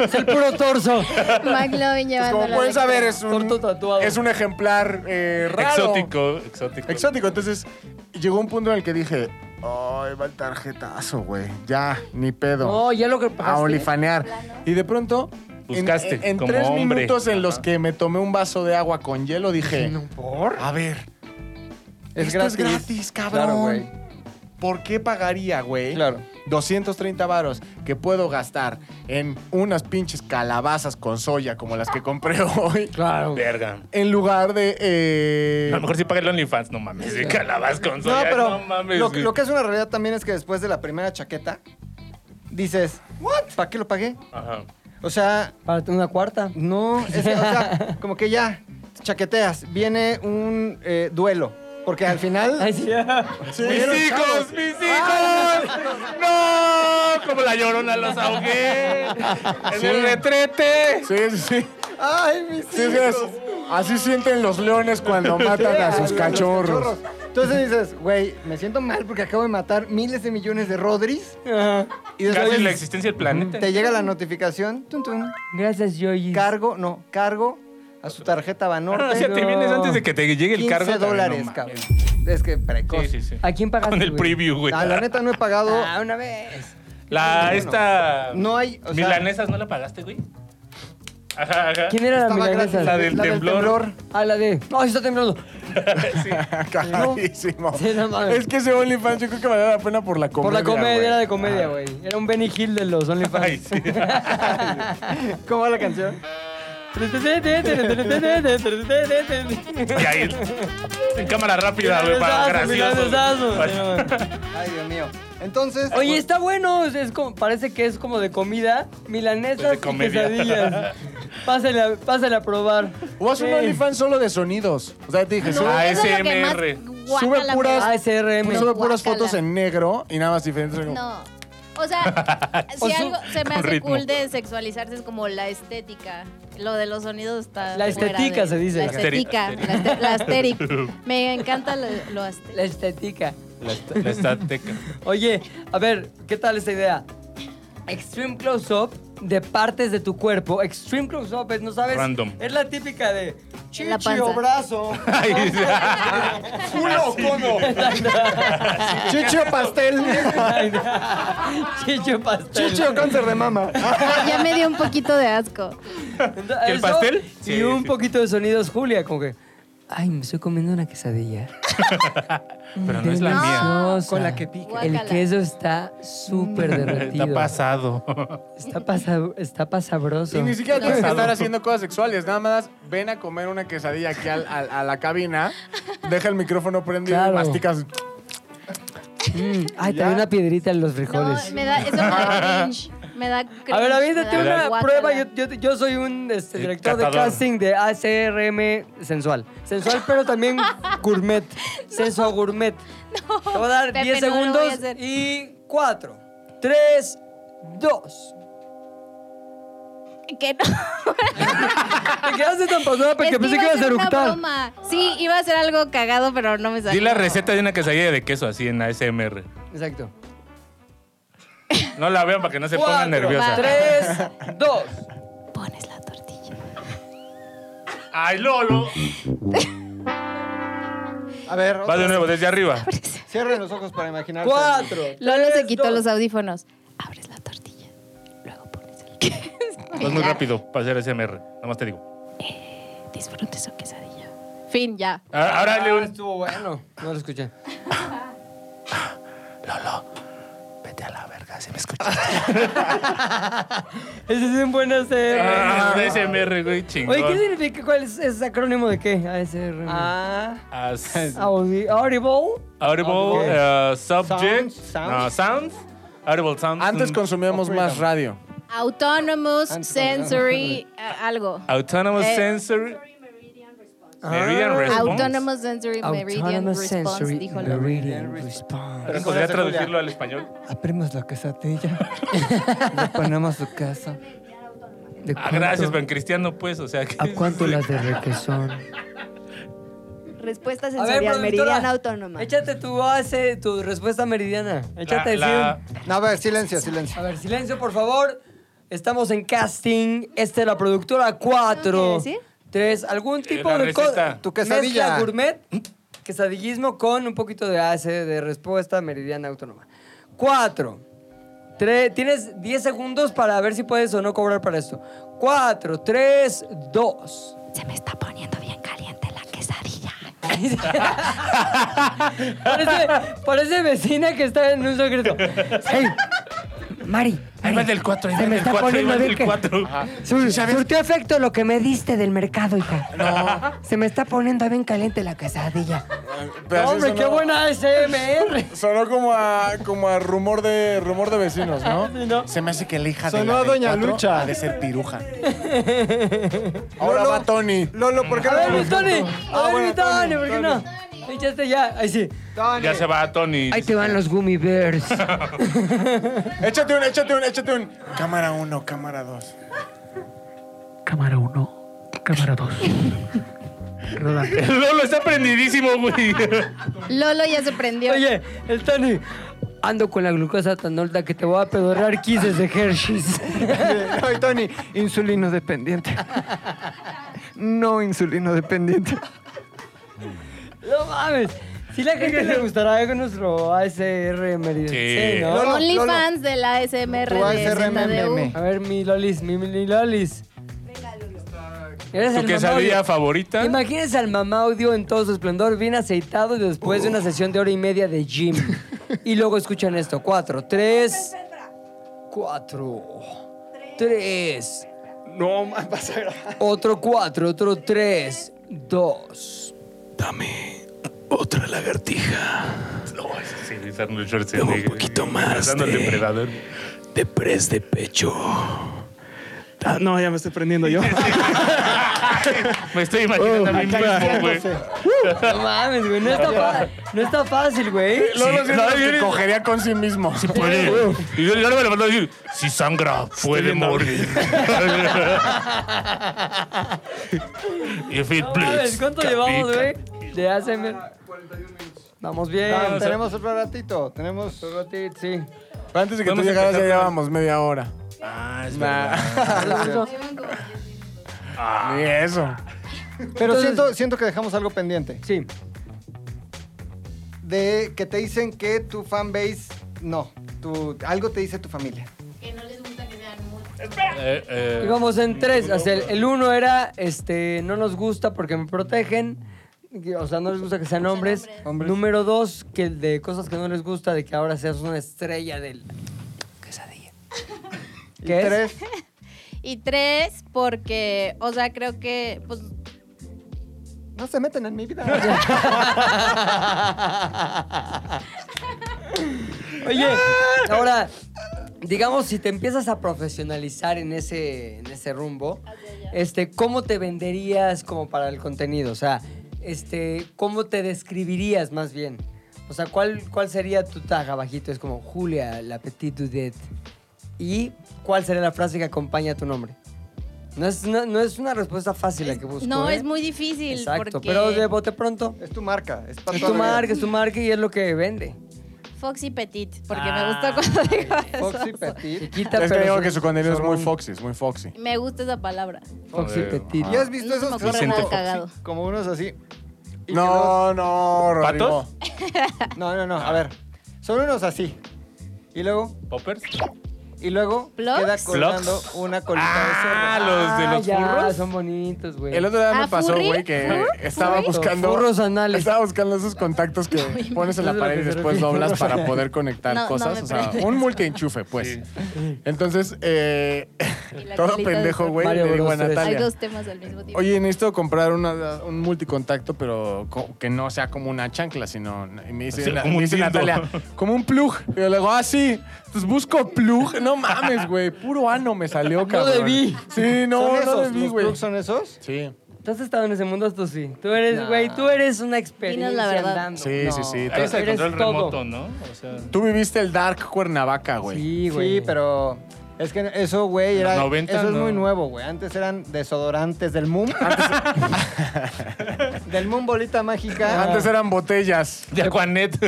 Speaker 7: Es el puro torso.
Speaker 3: McLovin
Speaker 4: Pues
Speaker 3: llevando
Speaker 4: como pueden saber, es un,
Speaker 7: Corto tatuado.
Speaker 4: es un ejemplar eh, raro.
Speaker 2: Exótico, exótico.
Speaker 4: Exótico. Entonces, llegó un punto en el que dije, ay, va el tarjetazo, güey. Ya, ni pedo.
Speaker 7: No, ya lo que
Speaker 4: a
Speaker 7: pagaste.
Speaker 4: olifanear. Y de pronto, en-
Speaker 2: Buscaste,
Speaker 4: en, en
Speaker 2: como
Speaker 4: tres
Speaker 2: hombre.
Speaker 4: minutos en los
Speaker 2: Ajá.
Speaker 4: que me tomé un vaso de agua con hielo, dije,
Speaker 7: No, ¿Por?
Speaker 4: a ver,
Speaker 5: Es
Speaker 4: esto es
Speaker 5: gratis.
Speaker 4: gratis, cabrón.
Speaker 5: Claro, güey.
Speaker 4: ¿por qué pagaría, güey?
Speaker 5: Claro.
Speaker 4: 230 varos que puedo gastar en unas pinches calabazas con soya como las que compré hoy.
Speaker 7: Claro.
Speaker 2: Verga.
Speaker 4: En lugar de... eh,
Speaker 2: A lo mejor sí paga el OnlyFans, no mames. De calabaz con
Speaker 5: No,
Speaker 2: soya,
Speaker 5: pero
Speaker 2: no mames.
Speaker 5: lo,
Speaker 2: güey.
Speaker 5: lo que es una realidad también es que después de la primera chaqueta, dices, ¿what? ¿Para qué lo pagué?
Speaker 2: Ajá.
Speaker 5: O sea,
Speaker 7: Para una cuarta.
Speaker 5: no, es que, o sea, como que ya, chaqueteas, viene un eh, duelo, porque al final...
Speaker 7: Ay, sí.
Speaker 2: ¡Mis hijos! ¡Mis hijos! ¡No! Como la llorona los ahogué. ¡En el retrete!
Speaker 4: Sí, sí, sí.
Speaker 5: ¡Ay, mis
Speaker 4: Sí, sí, es- así sienten los leones cuando matan a sus cachorros.
Speaker 5: Entonces dices, güey, me siento mal porque acabo de matar miles de millones de Rodris. Y después
Speaker 2: Casi la existencia del planeta.
Speaker 5: te llega la notificación, tun, tun,
Speaker 7: Gracias, Yoyi.
Speaker 5: cargo, no, cargo a su tarjeta Banorte.
Speaker 2: Ah, o sea, te vienes antes de que te llegue el
Speaker 5: 15
Speaker 2: cargo. también, no
Speaker 5: dólares,
Speaker 2: mames.
Speaker 5: cabrón. Es que precoz.
Speaker 2: Sí, sí, sí.
Speaker 7: ¿A quién pagaste?
Speaker 2: Con el
Speaker 7: güey?
Speaker 2: preview, güey.
Speaker 5: Ah, la neta no he pagado.
Speaker 7: Ah, una vez.
Speaker 2: La, esta...
Speaker 5: No hay, o sea-
Speaker 2: ¿Milanesas no la pagaste, güey? Ajá, ajá.
Speaker 7: ¿Quién era la
Speaker 5: Estaba gratis,
Speaker 7: milanesa?
Speaker 2: La del temblor.
Speaker 7: Ah, la de. No, se está temblando.
Speaker 2: Sí.
Speaker 4: Cagadísimo.
Speaker 7: Sí, no mames.
Speaker 4: Es que ese OnlyFans yo creo que valía la pena por la comedia.
Speaker 7: Por la comedia,
Speaker 4: güey.
Speaker 7: era de comedia, güey. Era un Benny Hill de los OnlyFans.
Speaker 2: Ah. Ay, sí.
Speaker 5: ¿Cómo va la canción?
Speaker 2: Y ahí, en cámara rápida, güey, para gracioso. Para-
Speaker 5: Ay, Dios mío. Entonces. pues,
Speaker 7: Oye, está bueno. Es, es como, parece que es como de comida. Milanesas
Speaker 2: De comedia.
Speaker 7: y quesadillas. Pásale, a- pásale a probar.
Speaker 4: O haz un
Speaker 7: Sí.
Speaker 4: OnlyFans solo de sonidos. O sea, te dije, sube,
Speaker 2: Ah,
Speaker 3: eso es lo que más
Speaker 2: ASMR.
Speaker 3: guácala
Speaker 4: Sube
Speaker 3: me
Speaker 4: puras-
Speaker 3: da.
Speaker 7: ASRM.
Speaker 4: sube puras
Speaker 3: Guácala.
Speaker 4: fotos en negro y nada más diferentes. como-
Speaker 3: No. O sea,
Speaker 7: O
Speaker 3: si
Speaker 7: su-
Speaker 3: algo se me
Speaker 2: con
Speaker 3: hace
Speaker 2: ritmo.
Speaker 3: cool de sexualizarse es como la estética. Lo de los sonidos está.
Speaker 7: La
Speaker 3: fuera
Speaker 7: estética
Speaker 3: de-
Speaker 7: se dice.
Speaker 3: La
Speaker 7: La
Speaker 3: estética. La, este- la asteric. Me encanta lo, lo asteric.
Speaker 7: La estética.
Speaker 2: La est- la estateca.
Speaker 7: Oye, a ver, ¿qué tal esta idea? Extreme close-up de partes de tu cuerpo. Extreme close-up es, no sabes.
Speaker 2: Random.
Speaker 7: Es la típica de.
Speaker 3: En la
Speaker 5: Chichi o
Speaker 3: panza.
Speaker 5: brazo.
Speaker 2: Ay, sí.
Speaker 5: Culo, cono.
Speaker 4: Chicho pastel.
Speaker 7: Chicho pastel.
Speaker 5: Chicho, cáncer de mama.
Speaker 3: Ya me dio un poquito de asco.
Speaker 7: Entonces,
Speaker 2: ¿Que el
Speaker 7: eso
Speaker 2: pastel?
Speaker 7: Y
Speaker 2: Sí,
Speaker 7: un
Speaker 2: sí.
Speaker 7: poquito de sonidos, Julia, como que. Ay, me estoy comiendo una quesadilla.
Speaker 2: Pero no es la mía.
Speaker 7: Deliciosa.
Speaker 5: Con la que pica.
Speaker 7: El
Speaker 3: Guácala.
Speaker 7: queso está súper derretido.
Speaker 2: Está pasado.
Speaker 7: Está, pasa- está pasabroso.
Speaker 4: Y ni siquiera tienes que estar haciendo cosas sexuales. Nada más ven a comer una quesadilla aquí al- al- a la cabina. Deja el micrófono prendido
Speaker 7: Claro.
Speaker 4: y masticas.
Speaker 7: Mm, Ay,
Speaker 4: Ya.
Speaker 7: trae una piedrita en los
Speaker 3: No,
Speaker 7: frijoles.
Speaker 3: me da. Eso me da cringe. Me da cringe.
Speaker 7: A ver,
Speaker 3: me
Speaker 7: aviéntate
Speaker 3: da
Speaker 7: una
Speaker 3: guácala.
Speaker 7: prueba. Yo, yo- yo soy un este,
Speaker 2: Eh,
Speaker 7: director de
Speaker 2: catador.
Speaker 7: casting de ACRM sensual. Sensual, pero también gourmet. Senso gourmet. Te voy a dar
Speaker 3: Pepe,
Speaker 7: 10
Speaker 3: no lo voy a
Speaker 7: segundos
Speaker 3: hacer.
Speaker 7: y 4, 3, 2.
Speaker 3: Que no.
Speaker 7: Te quedaste tan pasada porque
Speaker 3: Es
Speaker 7: pensé que
Speaker 3: iba a
Speaker 7: ibas a
Speaker 3: ser una
Speaker 7: eructar.
Speaker 3: broma. Sí, iba a ser algo cagado, pero no me salió.
Speaker 2: Di la receta de una quesadilla de queso así en ASMR.
Speaker 7: Exacto.
Speaker 2: No la vean para que no se pongan nerviosa.
Speaker 3: tres.
Speaker 7: 3, 2.
Speaker 3: Pones la tortilla.
Speaker 2: Ay, Lolo.
Speaker 5: A ver,
Speaker 2: Va
Speaker 5: otra
Speaker 2: de
Speaker 5: vez.
Speaker 2: nuevo, desde arriba.
Speaker 5: cierren los ojos para imaginar.
Speaker 7: 4.
Speaker 3: Lolo se quitó los audífonos. Abres la tortilla. Luego pones el
Speaker 2: Vas muy rápido para hacer ASMR. Nada más te digo.
Speaker 3: Disfrute su quesadilla. Fin, ya.
Speaker 2: Ah, Ahora le un.
Speaker 7: Estuvo bueno. No lo escuché.
Speaker 2: Vete a la verga, se me escucha.
Speaker 7: Ese es un buen
Speaker 2: Ah.
Speaker 7: ACRM.
Speaker 2: ASMR, güey, chingón.
Speaker 7: Oye, ¿qué significa? ¿Cuál es, es acrónimo de qué? ASRM.
Speaker 5: Ah,
Speaker 2: As-
Speaker 7: Audi- Audible.
Speaker 2: Audible,
Speaker 5: Ok.
Speaker 2: eh, subject,
Speaker 5: Sounds,
Speaker 2: no,
Speaker 5: sounds.
Speaker 2: sounds, audible sounds.
Speaker 4: Antes
Speaker 2: mm,
Speaker 4: consumíamos más radio.
Speaker 3: Autonomous
Speaker 5: Antes-
Speaker 3: sensory a- algo.
Speaker 2: autonomous
Speaker 3: Eh,
Speaker 2: sensory. Meridian response.
Speaker 3: Autonomous sensory meridian
Speaker 7: Autonomous
Speaker 3: response,
Speaker 7: sensory
Speaker 3: dijo Lolo.
Speaker 7: meridian response.
Speaker 2: Pero podría traducirlo al español.
Speaker 5: Abrimos la quesadilla. Le ponemos su queso.
Speaker 7: ¿De
Speaker 2: Ah, gracias,
Speaker 7: cuánto-
Speaker 2: Ben Cristiano, pues, o sea. que-
Speaker 7: ¿A cuánto las de requesón?
Speaker 9: Respuesta
Speaker 7: A ver,
Speaker 9: sensorial,
Speaker 7: productora,
Speaker 9: meridiana autónoma.
Speaker 7: Échate tu, AS, tu respuesta meridiana. Échate
Speaker 2: La-
Speaker 7: el
Speaker 2: la-
Speaker 7: film.
Speaker 5: No, a ver, silencio, silencio.
Speaker 7: A ver, silencio, por favor. Estamos en casting. Esta es la productora 4.
Speaker 9: ¿Qué decir?
Speaker 7: Tres. ¿Algún tipo
Speaker 2: Eh, la
Speaker 7: de co-
Speaker 2: receta.
Speaker 5: Tu quesadilla.
Speaker 7: mezcla gourmet? Quesadillismo con un poquito de AC de respuesta meridiana autónoma. Cuatro. Tres. Tienes 10 segundos para ver si puedes o no cobrar para esto. Cuatro, tres, dos.
Speaker 9: Se me está poniendo bien caliente la quesadilla.
Speaker 7: Ay, parece, parece vecina que está en un secreto. Sí. Mari,
Speaker 2: Ahí va
Speaker 7: Mari,
Speaker 2: del 4, ahí
Speaker 7: Se
Speaker 2: va
Speaker 7: me
Speaker 2: del
Speaker 7: está
Speaker 2: 4, ahí va
Speaker 7: poniendo
Speaker 2: del
Speaker 7: bien
Speaker 2: 4.
Speaker 7: sur- surtió efecto lo que me diste del mercado, hija. Se me está poniendo bien caliente la quesadilla.
Speaker 4: Pero así
Speaker 7: Hombre,
Speaker 4: sonó-
Speaker 7: qué buena ASMR.
Speaker 4: Sonó como a, como a rumor, de, rumor de vecinos, ¿no? Se me hace que la hija de
Speaker 5: Sonó
Speaker 4: la
Speaker 5: a
Speaker 4: del
Speaker 5: Doña
Speaker 4: cuatro
Speaker 5: Lucha.
Speaker 4: ha de ser piruja. Ahora
Speaker 5: Lolo.
Speaker 4: va Tony.
Speaker 5: Lolo, ¿por qué
Speaker 7: A ver,
Speaker 5: no?
Speaker 7: mi Tony.
Speaker 5: Ah,
Speaker 7: A ver, mi
Speaker 5: bueno, Tony,
Speaker 7: Tony, ¿por qué no? Echaste ya. Ahí sí.
Speaker 5: Tony.
Speaker 2: Ya se va Tony.
Speaker 7: Ahí te van los gummy bears.
Speaker 4: Échate un, échate un, échate un. Cámara 1, cámara 2.
Speaker 8: Cámara 1, cámara 2. Rodando.
Speaker 2: Lolo está prendidísimo, güey.
Speaker 3: Lolo ya se prendió.
Speaker 7: Oye, el Tony. Ando con la glucosa tan alta que te voy a pedorrar 15 de Hershey's.
Speaker 5: Ay, Tony, insulino dependiente. No insulino dependiente.
Speaker 7: No mames. Si la gente le gustará con nuestro ASR Meridian.
Speaker 2: Sí.
Speaker 7: ¿no?
Speaker 5: Lolo, Lolo.
Speaker 3: OnlyFans de la ASMR
Speaker 5: Tu
Speaker 3: de
Speaker 5: ASMR
Speaker 3: ZDU.
Speaker 5: meme.
Speaker 7: A ver, mi Lolis, mi, mi Lolis. Eres
Speaker 2: ¿Tu
Speaker 7: el
Speaker 2: quesadilla
Speaker 7: mamaudio.
Speaker 2: favorita?
Speaker 7: Imagínense al mamá audio en todo su esplendor, bien aceitado después de una sesión de hora y media de gym. y luego escuchan esto: cuatro, tres, cuatro, tres,
Speaker 5: No, más vas a ver.
Speaker 7: otro cuatro, otro tres, dos.
Speaker 9: Dame otra lagartija
Speaker 2: No, sí, sí, Arnold Schwarzenegger.
Speaker 9: Un poquito más
Speaker 2: Cazando al
Speaker 9: de-
Speaker 2: depredador.
Speaker 9: de pres de pecho. Ah, no, ya me estoy prendiendo yo.
Speaker 2: Me estoy imaginando a mí mismo, güey.
Speaker 5: acariciándose.
Speaker 7: No mames, güey, no está, fa- no está fácil, güey.
Speaker 4: Lolo
Speaker 2: Sí,
Speaker 4: siento
Speaker 2: no,
Speaker 4: que
Speaker 2: yo-
Speaker 4: cogería con sí mismo.
Speaker 2: Puede. Y yo, yo le voy a decir, si sangra, puede
Speaker 9: viendo.
Speaker 2: morir. If it
Speaker 7: No mames,
Speaker 2: bleeds,
Speaker 7: ¿cuánto
Speaker 2: capita.
Speaker 7: llevamos, güey? De hace. Vamos bien.
Speaker 5: tenemos otro ratito. Tenemos.
Speaker 7: Otro ratito, sí.
Speaker 4: Pero antes de que tú
Speaker 2: Vamos a
Speaker 4: llegaras ya
Speaker 2: empezar.
Speaker 4: llevábamos media hora.
Speaker 2: Ah, es
Speaker 4: Nah.
Speaker 2: verdad.
Speaker 4: Ni eso.
Speaker 5: Pero
Speaker 7: Entonces-
Speaker 5: siento, siento que dejamos algo pendiente.
Speaker 7: Sí.
Speaker 5: De que te dicen que tu fanbase. No. Tu, algo te dice tu familia.
Speaker 3: Que no les gusta que sean muy...
Speaker 2: Eh, eh,
Speaker 7: Íbamos en tres. O sea, el, el uno era, este, no nos gusta porque me protegen. que, O sea, no les gusta que sean hombres.
Speaker 5: Hombres.
Speaker 7: Número dos, que de cosas que no les gusta, de que ahora seas una estrella del quesadilla. ¿Qué es?
Speaker 5: Tres.
Speaker 3: Y tres, porque, o sea, creo que, pues,
Speaker 5: No se meten en mi vida.
Speaker 7: Oye, ahora, digamos, si te empiezas a profesionalizar en ese, en ese rumbo,
Speaker 3: Ah,
Speaker 7: este, ¿cómo te venderías como para el contenido? O sea, este, ¿cómo te describirías más bien? O sea, ¿cuál, cuál sería tu tag abajito? Es como Julia, la petite dudette. ¿Y cuál sería la frase que acompaña tu nombre? No es, no, no es una respuesta fácil la que busco.
Speaker 3: no,
Speaker 7: ¿eh?
Speaker 3: es muy difícil.
Speaker 7: Exacto,
Speaker 3: porque
Speaker 7: pero de bote pronto.
Speaker 5: Es tu marca. Es, para
Speaker 7: Es
Speaker 5: toda
Speaker 7: tu
Speaker 5: la vida.
Speaker 7: marca, es tu marca y es lo que vende.
Speaker 3: Foxy Petit, porque
Speaker 7: Ah.
Speaker 3: me gusta cuando digo eso.
Speaker 5: Foxy Petit.
Speaker 7: Chiquita,
Speaker 4: Es que digo
Speaker 7: son-
Speaker 4: que su contenido es
Speaker 7: son
Speaker 4: muy
Speaker 7: un
Speaker 4: foxy, es muy foxy.
Speaker 3: Me gusta esa palabra.
Speaker 7: Foxy
Speaker 2: Joder,
Speaker 7: Petit.
Speaker 5: ¿Ya has visto
Speaker 3: No se
Speaker 5: esos
Speaker 3: me
Speaker 5: que
Speaker 3: ocurre
Speaker 5: son
Speaker 3: nada
Speaker 5: como-
Speaker 3: cagado.
Speaker 5: Como unos así. y que los-
Speaker 4: No, no, Rodrigo.
Speaker 2: ¿Patos?
Speaker 5: No, no, no, a ver. Son unos así. Y luego,
Speaker 2: ¿Poppers?
Speaker 5: y luego
Speaker 3: ¿Plugs?
Speaker 5: queda colgando
Speaker 2: ¿Plugs?
Speaker 5: una colita
Speaker 2: Ah,
Speaker 5: de cerdo.
Speaker 2: los de
Speaker 7: Ah,
Speaker 2: los
Speaker 7: ya,
Speaker 2: furros.
Speaker 7: son bonitos, güey.
Speaker 4: El otro día me
Speaker 3: Ah,
Speaker 4: pasó,
Speaker 3: ¿furry?
Speaker 4: güey, que
Speaker 3: ¿Furry?
Speaker 4: estaba
Speaker 3: ¿Furry?
Speaker 4: buscando.
Speaker 7: Furros anales.
Speaker 4: Estaba buscando esos contactos que pones en la
Speaker 7: Eso es lo
Speaker 4: pared y
Speaker 7: que se
Speaker 4: después
Speaker 7: refiere.
Speaker 4: doblas para poder conectar
Speaker 3: No, no
Speaker 4: cosas.
Speaker 3: me
Speaker 4: o sea,
Speaker 3: prende.
Speaker 4: un multienchufe, pues. Entonces, eh,
Speaker 3: Y la
Speaker 4: todo
Speaker 3: colita de
Speaker 4: pendejo,
Speaker 3: cerdo.
Speaker 4: güey,
Speaker 7: Mario
Speaker 4: le digo a
Speaker 7: Bros. tres.
Speaker 3: Hay
Speaker 4: Natalia.
Speaker 3: dos temas al mismo tiempo.
Speaker 4: Oye, necesito comprar una- un multicontacto, pero co- que no sea como una chancla, sino. Y me dice,
Speaker 2: O sea,
Speaker 4: na-
Speaker 2: como
Speaker 4: me
Speaker 2: un
Speaker 4: dice
Speaker 2: dildo.
Speaker 4: Natalia, como un plug. Y yo le digo, ah, sí. Entonces busco plug. No mames, güey. Puro ano me salió, cabrón.
Speaker 7: debí.
Speaker 4: Sí, no,
Speaker 5: ¿Son
Speaker 4: no
Speaker 5: esos?
Speaker 4: debí,
Speaker 5: ¿Los
Speaker 4: güey.
Speaker 5: plugs son esos?
Speaker 4: Sí.
Speaker 7: ¿Tú has estado en ese mundo? Tú sí. Tú eres, güey, tú eres una experiencia
Speaker 3: Dinos la verdad.
Speaker 7: andando.
Speaker 4: Sí, sí, sí.
Speaker 2: Ahí está el
Speaker 7: Eres
Speaker 2: control
Speaker 7: todo.
Speaker 2: remoto, ¿no? O sea,
Speaker 4: Tú viviste el Dark Cuernavaca, güey.
Speaker 7: Sí, güey.
Speaker 5: Sí, pero es que eso, güey, era.
Speaker 2: los 90
Speaker 5: eso es
Speaker 2: no.
Speaker 5: muy nuevo, güey. Antes eran desodorantes del Moon. del Moon Bolita Mágica.
Speaker 4: Ah. Antes eran botellas.
Speaker 2: de Aquanet.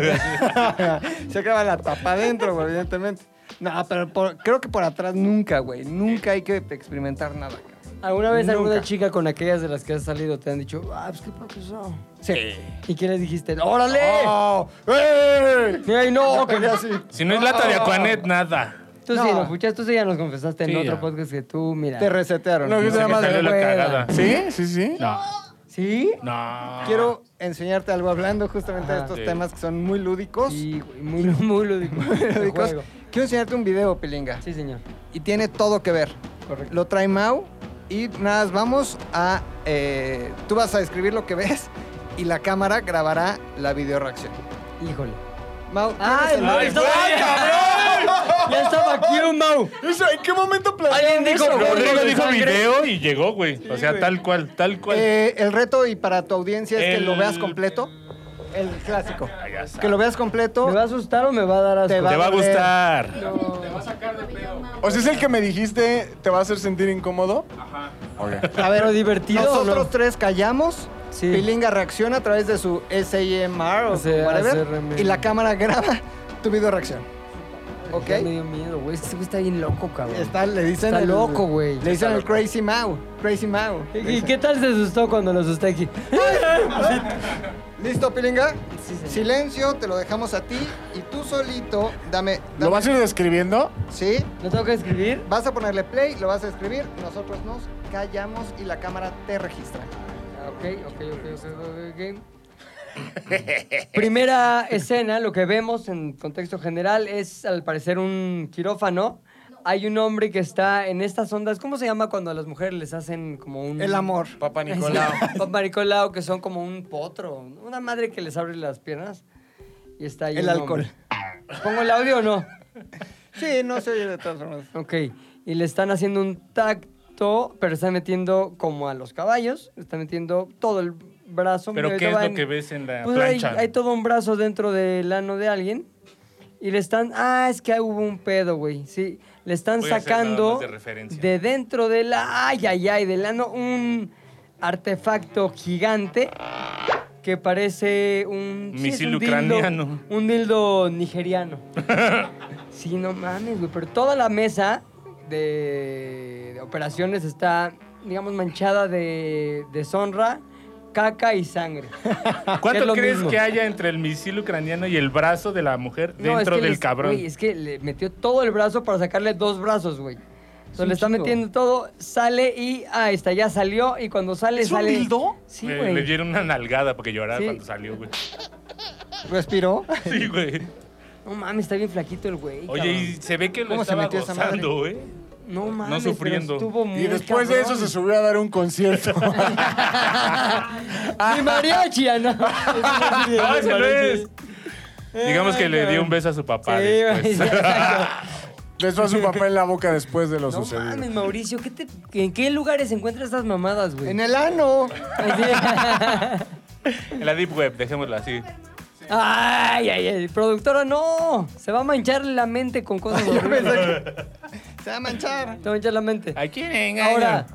Speaker 5: Se acaba la tapa adentro, güey, evidentemente. No, pero por- creo que por atrás nunca, güey. Nunca hay que experimentar nada. cabrón.
Speaker 7: ¿Alguna vez alguna
Speaker 5: Nunca.
Speaker 7: chica con aquellas de las que has salido te han dicho, ah, pues qué pasó?
Speaker 5: Sí.
Speaker 7: ¿Y qué les dijiste? ¡Órale!
Speaker 5: ¡Oh! ¡Ey!
Speaker 7: ¡Ay, no! que-
Speaker 5: Quería así.
Speaker 2: si no es lata de Aquanet, nada.
Speaker 7: Tú sí
Speaker 5: No.
Speaker 7: nos fuchaste, tú sí ya nos confesaste en
Speaker 2: Sí,
Speaker 7: otro
Speaker 2: ya.
Speaker 7: podcast que tú, mira.
Speaker 5: Te resetearon.
Speaker 4: No, yo
Speaker 2: No sé
Speaker 4: nada
Speaker 2: qué
Speaker 4: más.
Speaker 2: salió la
Speaker 7: hueva.
Speaker 2: cagada.
Speaker 4: ¿Sí? Sí, sí.
Speaker 2: No.
Speaker 5: ¿Sí?
Speaker 2: No.
Speaker 5: Quiero enseñarte algo hablando justamente de
Speaker 7: Ajá.
Speaker 5: estos
Speaker 2: Sí.
Speaker 5: temas que son muy lúdicos.
Speaker 7: Sí, güey, muy, muy lúdico.
Speaker 5: Lúdicos.
Speaker 7: El juego.
Speaker 5: Quiero enseñarte un video, Pilinga.
Speaker 7: Sí, señor.
Speaker 5: Y tiene todo que ver.
Speaker 7: Correcto.
Speaker 5: Lo trae Mau y nada, más vamos a... eh, tú vas a escribir lo que ves y la cámara grabará la videoreacción.
Speaker 7: Híjole.
Speaker 5: Mau, ¿tienes
Speaker 7: ¡Ay,
Speaker 5: el
Speaker 7: Mau!
Speaker 5: video?
Speaker 7: estaba- ¡Ya estaba aquí un Mau!
Speaker 4: Eso, ¿En qué momento planearon
Speaker 7: Alguien dijo
Speaker 4: eso, güey?
Speaker 7: Rodrigo
Speaker 2: Rodrigo dijo
Speaker 7: sangre.
Speaker 2: video y llegó, güey. O sea, tal cual, tal cual.
Speaker 5: Eh, el reto y para tu audiencia es que lo
Speaker 2: pues. El-
Speaker 5: veas completo. El clásico. Que lo veas completo.
Speaker 7: ¿Me va a asustar o me va a dar asco?
Speaker 5: Te
Speaker 2: Te va a
Speaker 5: doler.
Speaker 2: gustar.
Speaker 4: O sea, es el que me dijiste, ¿te va a hacer sentir incómodo?
Speaker 5: A ver,
Speaker 7: ¿Pero divertido o
Speaker 5: Nosotros
Speaker 7: no?
Speaker 5: tres callamos.
Speaker 7: Sí.
Speaker 5: Pilinga reacciona a través de su SAMR o
Speaker 7: O sea,
Speaker 5: whatever.
Speaker 7: ACRM.
Speaker 5: Y la cámara graba tu video reacción. ¿Ok?
Speaker 7: Ya me dio miedo, güey. Este güey está bien loco, cabrón.
Speaker 5: Está, le dicen
Speaker 7: Está
Speaker 5: el-
Speaker 7: loco, güey.
Speaker 5: Le dicen
Speaker 7: Está
Speaker 5: el
Speaker 7: loco.
Speaker 5: Crazy Mau. Crazy Mau.
Speaker 7: ¿Y-
Speaker 5: Le
Speaker 7: ¿Y
Speaker 5: dicen.
Speaker 7: qué tal se asustó cuando lo asusté aquí?
Speaker 5: ¿Listo, Pilinga?
Speaker 7: Sí, señor.
Speaker 5: Silencio, te lo dejamos a ti. Y tú solito, dame.
Speaker 4: ¿Lo
Speaker 5: dame-
Speaker 4: vas a ir describiendo?
Speaker 5: Sí.
Speaker 7: ¿Lo tengo que escribir?
Speaker 5: Vas a ponerle play, lo vas a escribir. Nosotros nos callamos y la cámara te registra.
Speaker 7: Ah, Ok, ok, ok, ok, ok, ok. Primera escena, lo que vemos en contexto general es al parecer un quirófano. Hay un hombre que está en estas ondas, ¿cómo se llama cuando a las mujeres les hacen como
Speaker 4: Mm.
Speaker 7: un...
Speaker 5: El amor.
Speaker 4: Papá
Speaker 7: Ay, sí,
Speaker 4: Nicolau.
Speaker 7: Papá Nicolau, que son como un potro, una madre que les abre las piernas y está ahí
Speaker 5: El
Speaker 7: un
Speaker 5: alcohol.
Speaker 7: hombre. ¿Pongo el audio o no?
Speaker 5: Sí, no se oye de todas formas.
Speaker 7: Ok, y le están haciendo un tacto, pero están metiendo como a los caballos, están metiendo todo el brazo.
Speaker 2: Pero
Speaker 7: medio
Speaker 2: ¿qué es
Speaker 7: caballo.
Speaker 2: lo que ves en la
Speaker 7: Pues hay,
Speaker 2: plancha?
Speaker 7: hay todo un brazo dentro del ano de alguien y le están, ah, es que hubo un pedo, güey, sí, le están
Speaker 2: Voy a hacer nada
Speaker 7: sacando
Speaker 2: más de referencia.
Speaker 7: de dentro del, ay, ay, ay, del ano un artefacto gigante que parece un sí, es
Speaker 2: Misil
Speaker 7: un dildo,
Speaker 2: ucraniano.
Speaker 7: un dildo nigeriano. Sí, no mames, güey. Pero toda la mesa de, de operaciones está, digamos, manchada de deshonra, caca y sangre. Que es
Speaker 2: ¿Cuánto
Speaker 7: lo
Speaker 2: crees
Speaker 7: mismo.
Speaker 2: que haya entre el misil ucraniano y el brazo de la mujer
Speaker 7: No, es
Speaker 2: dentro
Speaker 7: que
Speaker 2: del
Speaker 7: les-
Speaker 2: cabrón?
Speaker 7: Güey, es que le metió todo el brazo para sacarle dos brazos, güey. Entonces un le está chingo. metiendo todo, sale y ahí está, ya salió. Y cuando sale,
Speaker 4: ¿Es un
Speaker 7: sale.
Speaker 4: dildo?
Speaker 7: Sí,
Speaker 2: Le-
Speaker 7: güey.
Speaker 2: Le dieron una nalgada porque lloraba
Speaker 7: Sí.
Speaker 2: cuando salió, güey.
Speaker 5: ¿Respiró?
Speaker 2: Sí, güey.
Speaker 7: No mames, está bien flaquito el güey.
Speaker 2: Oye,
Speaker 7: cabrón.
Speaker 2: y se ve que lo
Speaker 5: ¿Cómo se
Speaker 2: estaba
Speaker 5: metió esa madre?
Speaker 2: gozando, eh. güey.
Speaker 7: no mames, pero
Speaker 2: sufriendo.
Speaker 7: estuvo muy
Speaker 4: Y después de eso
Speaker 7: cabrón.
Speaker 4: se subió a dar un concierto.
Speaker 7: Mi mariachi, ah, no.
Speaker 2: No, Ah, ese no es.
Speaker 7: Ay,
Speaker 2: Digamos que le
Speaker 7: cabrón.
Speaker 2: dio un beso a su papá
Speaker 7: Sí,
Speaker 2: después.
Speaker 7: güey, exacto.
Speaker 4: Besó a su papá en la boca después de lo
Speaker 7: No
Speaker 4: sucedido.
Speaker 7: mames, Mauricio, ¿qué te- ¿en qué lugares encuentras estas mamadas,
Speaker 4: Mm.
Speaker 7: güey?
Speaker 5: En el ano.
Speaker 7: Así-
Speaker 2: En la Deep Web, dejémoslo así.
Speaker 7: Ay, ay, ay. Productora, no. Se va a manchar la mente con cosas horribles.
Speaker 5: Se va a manchar.
Speaker 7: Te va a manchar la mente.
Speaker 2: ¿A quién engañan?
Speaker 7: Ahora,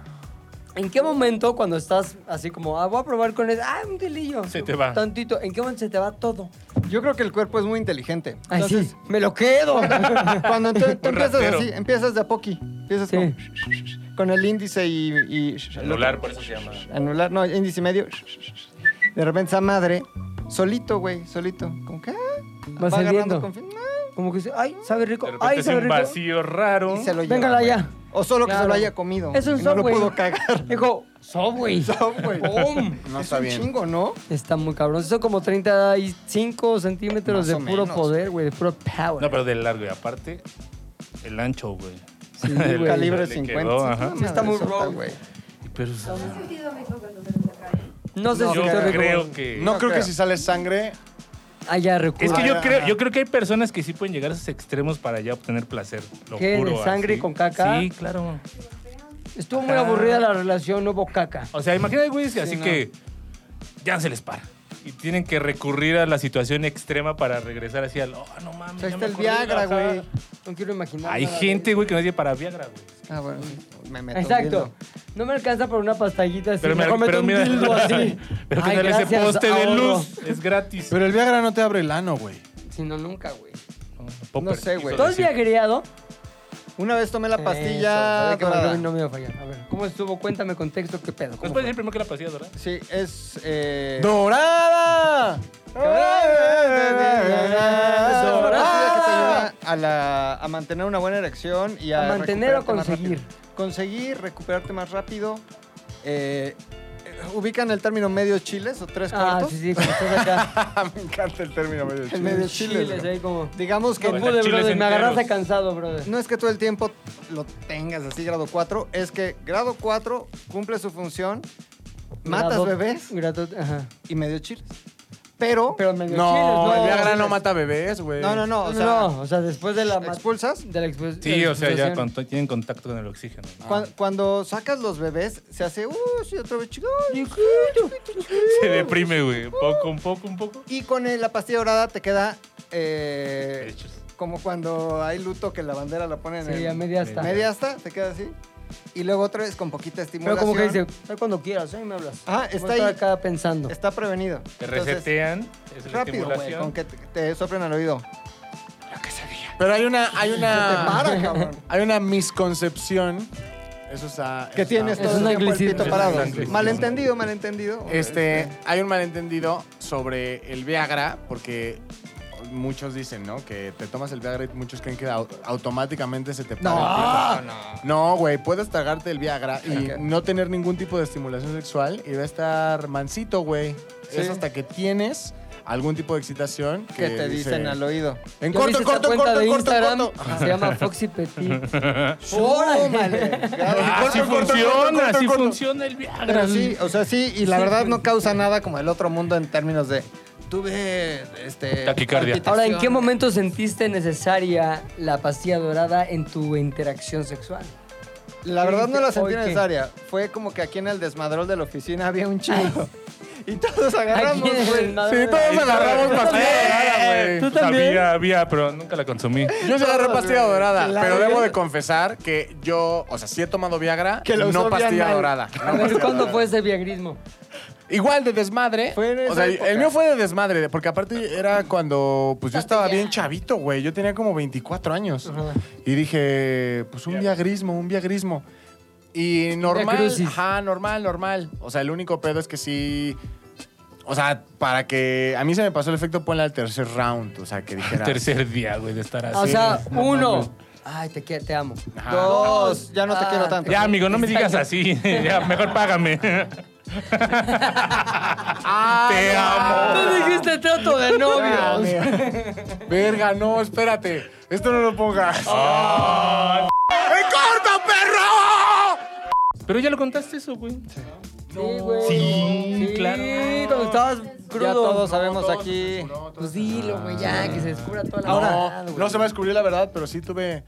Speaker 7: ¿en qué momento cuando estás así como, ah, voy a probar con eso? Ah, un delillo.
Speaker 2: Se te va.
Speaker 7: Tantito. ¿En qué momento se te va todo?
Speaker 5: Yo creo que el cuerpo es muy inteligente.
Speaker 7: Ay, sí. Me lo quedo.
Speaker 5: Cuando tú, tú
Speaker 2: Un
Speaker 5: empiezas
Speaker 2: ratero.
Speaker 5: así, empiezas de a poqui. Empiezas
Speaker 7: Sí.
Speaker 5: con, con el índice y, y-
Speaker 2: Anular, por eso se llama.
Speaker 5: Anular, no, índice y medio. De repente esa madre, solito, güey, solito. ¿Con qué?
Speaker 7: Vas
Speaker 5: agarrando
Speaker 7: hirviendo.
Speaker 5: confianza.
Speaker 7: Como que dice, ay, sabe rico.
Speaker 2: De repente
Speaker 7: Ay,
Speaker 2: es
Speaker 7: sabe
Speaker 2: un
Speaker 7: rico.
Speaker 2: vacío raro.
Speaker 5: Y se lo lleva.
Speaker 7: Véngala
Speaker 5: güey.
Speaker 7: ya.
Speaker 5: O solo que se
Speaker 7: Claro.
Speaker 5: lo haya comido.
Speaker 7: Es un
Speaker 5: y no lo
Speaker 7: Subway.
Speaker 5: pudo cagar.
Speaker 7: Dijo, Subway.
Speaker 5: Subway.
Speaker 7: ¡Pum!
Speaker 4: No
Speaker 5: es
Speaker 4: está
Speaker 5: un
Speaker 4: bien.
Speaker 5: chingo, ¿no?
Speaker 7: Está muy cabrón. Son como 35 centímetros
Speaker 5: Más
Speaker 7: de
Speaker 5: o
Speaker 7: puro
Speaker 5: menos.
Speaker 7: poder, güey, de puro power.
Speaker 2: No, pero del largo. Y aparte, el ancho, güey.
Speaker 7: Sí,
Speaker 2: El
Speaker 7: güey.
Speaker 5: Calibre
Speaker 2: le
Speaker 5: 50.
Speaker 2: quedó, ajá.
Speaker 5: Sí,
Speaker 7: Está muy
Speaker 5: madresota,
Speaker 7: raw.
Speaker 5: güey.
Speaker 2: Pero
Speaker 7: No sé
Speaker 5: No,
Speaker 7: si
Speaker 2: yo
Speaker 7: usted
Speaker 2: creo
Speaker 7: creo...
Speaker 2: que...
Speaker 4: No creo que
Speaker 5: creo.
Speaker 4: si sale sangre.
Speaker 7: haya recursos.
Speaker 2: Es que yo
Speaker 4: Ajá.
Speaker 2: creo, yo creo que hay personas que sí pueden llegar a esos extremos para ya obtener placer. Lo
Speaker 7: ¿Qué? ¿De
Speaker 2: juro.
Speaker 7: sangre
Speaker 2: así.
Speaker 7: con caca?
Speaker 2: Sí, claro.
Speaker 7: Estuvo muy aburrida la relación, no hubo caca.
Speaker 2: O sea, imagínate, güey, así
Speaker 7: no.
Speaker 2: que ya no se les para. Y tienen que recurrir a la situación extrema para regresar así al. Oh, no mames.
Speaker 5: O
Speaker 2: ya
Speaker 5: sea, está
Speaker 2: me
Speaker 5: el
Speaker 2: acordé,
Speaker 5: Viagra,
Speaker 2: ajá.
Speaker 5: güey.
Speaker 7: No quiero imaginar.
Speaker 2: Hay
Speaker 7: nada de
Speaker 2: gente, güey, que no tiene para Viagra, güey.
Speaker 5: Ah, bueno, sí, me
Speaker 7: eso.
Speaker 5: meto.
Speaker 7: Exacto. No me alcanza por una pastillita así.
Speaker 2: Pero, mira,
Speaker 7: mejor meto
Speaker 2: pero
Speaker 7: un
Speaker 2: mira.
Speaker 7: dildo así.
Speaker 2: pero que
Speaker 7: Ay,
Speaker 2: tal ese
Speaker 7: gracias,
Speaker 2: poste de
Speaker 7: ahorro.
Speaker 2: luz. Es gratis.
Speaker 4: Pero el Viagra no te abre el ano, güey.
Speaker 7: Si no, nunca, güey.
Speaker 2: Popper
Speaker 5: sé, güey.
Speaker 2: quiso
Speaker 7: ¿Todo es
Speaker 2: decir.
Speaker 7: viagreado?
Speaker 5: Una vez tomé la
Speaker 7: Eso,
Speaker 5: pastilla
Speaker 7: sabía que Marlon
Speaker 5: dorada.
Speaker 7: no me iba a fallar. A ver, ¿cómo estuvo? Cuéntame contexto, qué pedo.
Speaker 2: ¿Nos
Speaker 7: ¿Cómo
Speaker 2: puedes
Speaker 7: fue?
Speaker 2: Pues decir primero que la pasilla dorada?
Speaker 5: Sí, es... Eh...
Speaker 4: ¡Dorada!
Speaker 5: Dorada. que te ayuda a, la- a mantener una buena erección y a...
Speaker 7: Ah. ¿A mantener o
Speaker 5: recuperarte más
Speaker 7: conseguir?
Speaker 5: rápido. Conseguir, recuperarte más rápido. eh, ¿Ubican el término medio chiles o tres
Speaker 7: Ah,
Speaker 5: cuartos?
Speaker 7: sí, sí, cuando estás acá.
Speaker 4: Me encanta el término medio
Speaker 5: El
Speaker 4: chile.
Speaker 5: medio chiles.
Speaker 7: Chiles, ahí como.
Speaker 5: Digamos que
Speaker 7: No
Speaker 5: no,
Speaker 7: pude,
Speaker 2: chiles
Speaker 7: brother. Me agarraste
Speaker 2: enteros.
Speaker 7: cansado, brother.
Speaker 5: es que todo el tiempo lo tengas así, grado 4. Es que grado 4 cumple su función, matas
Speaker 7: Grato-
Speaker 5: bebés
Speaker 7: grato- ajá.
Speaker 5: y medio chiles. Pero,
Speaker 7: Pero medio
Speaker 4: No,
Speaker 7: chiles,
Speaker 4: el Viagra
Speaker 7: chiles.
Speaker 4: no mata bebés, güey.
Speaker 5: no, no, no, o sea,
Speaker 7: no, o sea, después de la.
Speaker 5: expulsas.
Speaker 7: De la expus- de
Speaker 2: Sí,
Speaker 7: la
Speaker 2: o sea, ya
Speaker 7: expulsión.
Speaker 2: cuando tienen contacto con el oxígeno.
Speaker 7: Ah.
Speaker 5: cuan- Cuando, sacas los bebés, se hace, uh, sí, otra vez chico.
Speaker 2: Se deprime, güey. Un poco, un poco, un poco.
Speaker 5: Y con el- la pastilla dorada te queda eh,
Speaker 2: Hechos.
Speaker 5: como cuando hay luto que la bandera la ponen
Speaker 7: Sí,
Speaker 5: en
Speaker 7: a media hasta.
Speaker 5: media asta, te queda así. Y luego otra vez con poquita
Speaker 7: Pero
Speaker 5: estimulación.
Speaker 7: como que dice, "Ay, cuando quieras, ahí me hablas.
Speaker 5: Ajá,
Speaker 7: Voy
Speaker 5: está
Speaker 7: a estar
Speaker 5: ahí.
Speaker 7: acá pensando.
Speaker 5: Está prevenido.
Speaker 2: Te
Speaker 5: Entonces,
Speaker 2: resetean. Es la
Speaker 5: Rápido, güey,
Speaker 2: estimulación.
Speaker 5: con que te, te soplen al oído.
Speaker 4: Pero hay una, hay
Speaker 7: Ah.
Speaker 4: una,
Speaker 5: Para, cabrón.
Speaker 4: hay una misconcepción. Eso está.
Speaker 5: Que
Speaker 4: eso
Speaker 5: tienes
Speaker 4: está-
Speaker 7: Es
Speaker 5: todo
Speaker 7: un
Speaker 5: el tiempo el
Speaker 7: anglicismo.
Speaker 5: pito
Speaker 7: Es un
Speaker 5: parado.
Speaker 2: anglicismo.
Speaker 5: Malentendido, malentendido.
Speaker 4: Este, hay un malentendido sobre el Viagra porque muchos dicen, ¿no? Que te tomas el Viagra y muchos creen que au- automáticamente se te para. el pito. No, güey, puedes tragarte el Viagra y no tener ningún tipo de estimulación sexual y va a estar mansito, güey. Es hasta que tienes algún tipo de excitación que,
Speaker 5: que te
Speaker 4: dice-
Speaker 5: dicen al oído.
Speaker 4: En
Speaker 7: Yo vi
Speaker 4: corto,
Speaker 7: esta
Speaker 4: corto,
Speaker 7: cuenta
Speaker 4: corto,
Speaker 7: de
Speaker 4: corto,
Speaker 7: Instagram,
Speaker 4: corto.
Speaker 7: Se llama Foxy Petit. Ah,
Speaker 5: ¡Órale!
Speaker 2: Ah, Así funciona, así funciona el
Speaker 5: Pero
Speaker 2: Viagra.
Speaker 5: sí, o sea, sí, y la verdad no causa nada como el otro mundo en términos de tuve este
Speaker 2: Taquicardia.
Speaker 5: palpitación.
Speaker 7: Ahora, ¿en qué momento sentiste necesaria la pastilla dorada en tu interacción sexual?
Speaker 5: La verdad no la sentí
Speaker 7: Oye, ¿qué?
Speaker 5: necesaria. Fue como que aquí en el desmadrol de la oficina había un chingo. Y todos agarramos,
Speaker 7: Aquí en
Speaker 5: güey.
Speaker 7: el Madre-
Speaker 4: Sí, todos agarramos pastilla
Speaker 2: Eh,
Speaker 4: dorada,
Speaker 7: ¿Tú
Speaker 4: güey.
Speaker 2: o sea,
Speaker 7: también?
Speaker 2: Había, había, pero nunca la consumí.
Speaker 4: Yo sí agarré pastilla dorada,
Speaker 5: La
Speaker 4: pero debo
Speaker 5: verdad-
Speaker 4: de confesar que yo, o sea, sí he tomado Viagra,
Speaker 5: Que lo
Speaker 4: no
Speaker 5: usó
Speaker 4: pastilla
Speaker 5: Vianal.
Speaker 4: dorada. no
Speaker 7: A ver,
Speaker 4: pastilla
Speaker 7: ¿cuándo
Speaker 4: dorada.
Speaker 7: fue ese viagrismo?
Speaker 4: Igual de desmadre.
Speaker 5: Fue en
Speaker 4: o
Speaker 5: esa
Speaker 4: sea,
Speaker 5: época.
Speaker 4: el mío fue de desmadre, porque aparte era cuando pues yo estaba bien chavito, güey. Yo tenía como 24 años. Y dije, pues un viagrismo, un viagrismo. Y normal,
Speaker 7: viacrucis.
Speaker 4: ajá, normal, normal. O sea, el único pedo es que sí o sea, para que a mí se me pasó el efecto ponle al tercer round, o sea, que dijera
Speaker 2: Tercer día, güey, de estar así.
Speaker 7: o sea,
Speaker 2: No mames.
Speaker 7: uno. Ay, te, quiero, te amo.
Speaker 4: Ajá.
Speaker 5: Dos, ya no te
Speaker 7: Ah,
Speaker 5: quiero tanto.
Speaker 2: Ya, amigo, no me digas así. ya, mejor págame. Te
Speaker 7: Tú
Speaker 2: amo.
Speaker 7: dijiste trato de
Speaker 4: Ah,
Speaker 7: novios.
Speaker 4: mira. Verga, no, espérate. Esto no lo pongas. Ah.
Speaker 2: Pero ya lo contaste eso, güey.
Speaker 7: Sí, güey.
Speaker 2: Sí, claro.
Speaker 7: Sí, cuando estabas crudo.
Speaker 5: Ya todos sabemos aquí.
Speaker 7: Pues dilo, güey, ya, que se descubra toda la
Speaker 4: Ahora,
Speaker 7: verdad,
Speaker 4: no,
Speaker 7: güey.
Speaker 4: se me descubrió la verdad, pero sí tuve,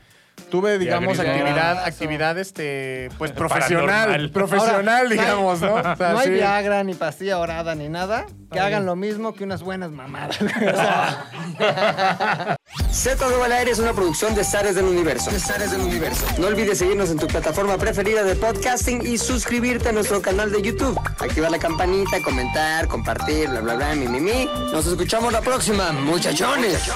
Speaker 4: tuve digamos,
Speaker 2: gris,
Speaker 4: actividad, actividad, este, pues, profesional.
Speaker 2: Paranormal.
Speaker 4: Profesional, digamos, ¿no? O sea,
Speaker 5: No hay
Speaker 4: sí.
Speaker 5: Viagra, ni pastilla orada, ni nada. Que hagan lo mismo que unas buenas mamadas. O sea,
Speaker 1: Z2 al aire es una producción de Zares del Universo. Zares del Universo. No olvides seguirnos en tu plataforma preferida de podcasting y suscribirte a nuestro canal de YouTube. Activar la campanita, comentar, compartir, bla, bla, bla, mi, mi, mi. Nos escuchamos la próxima, muchachones.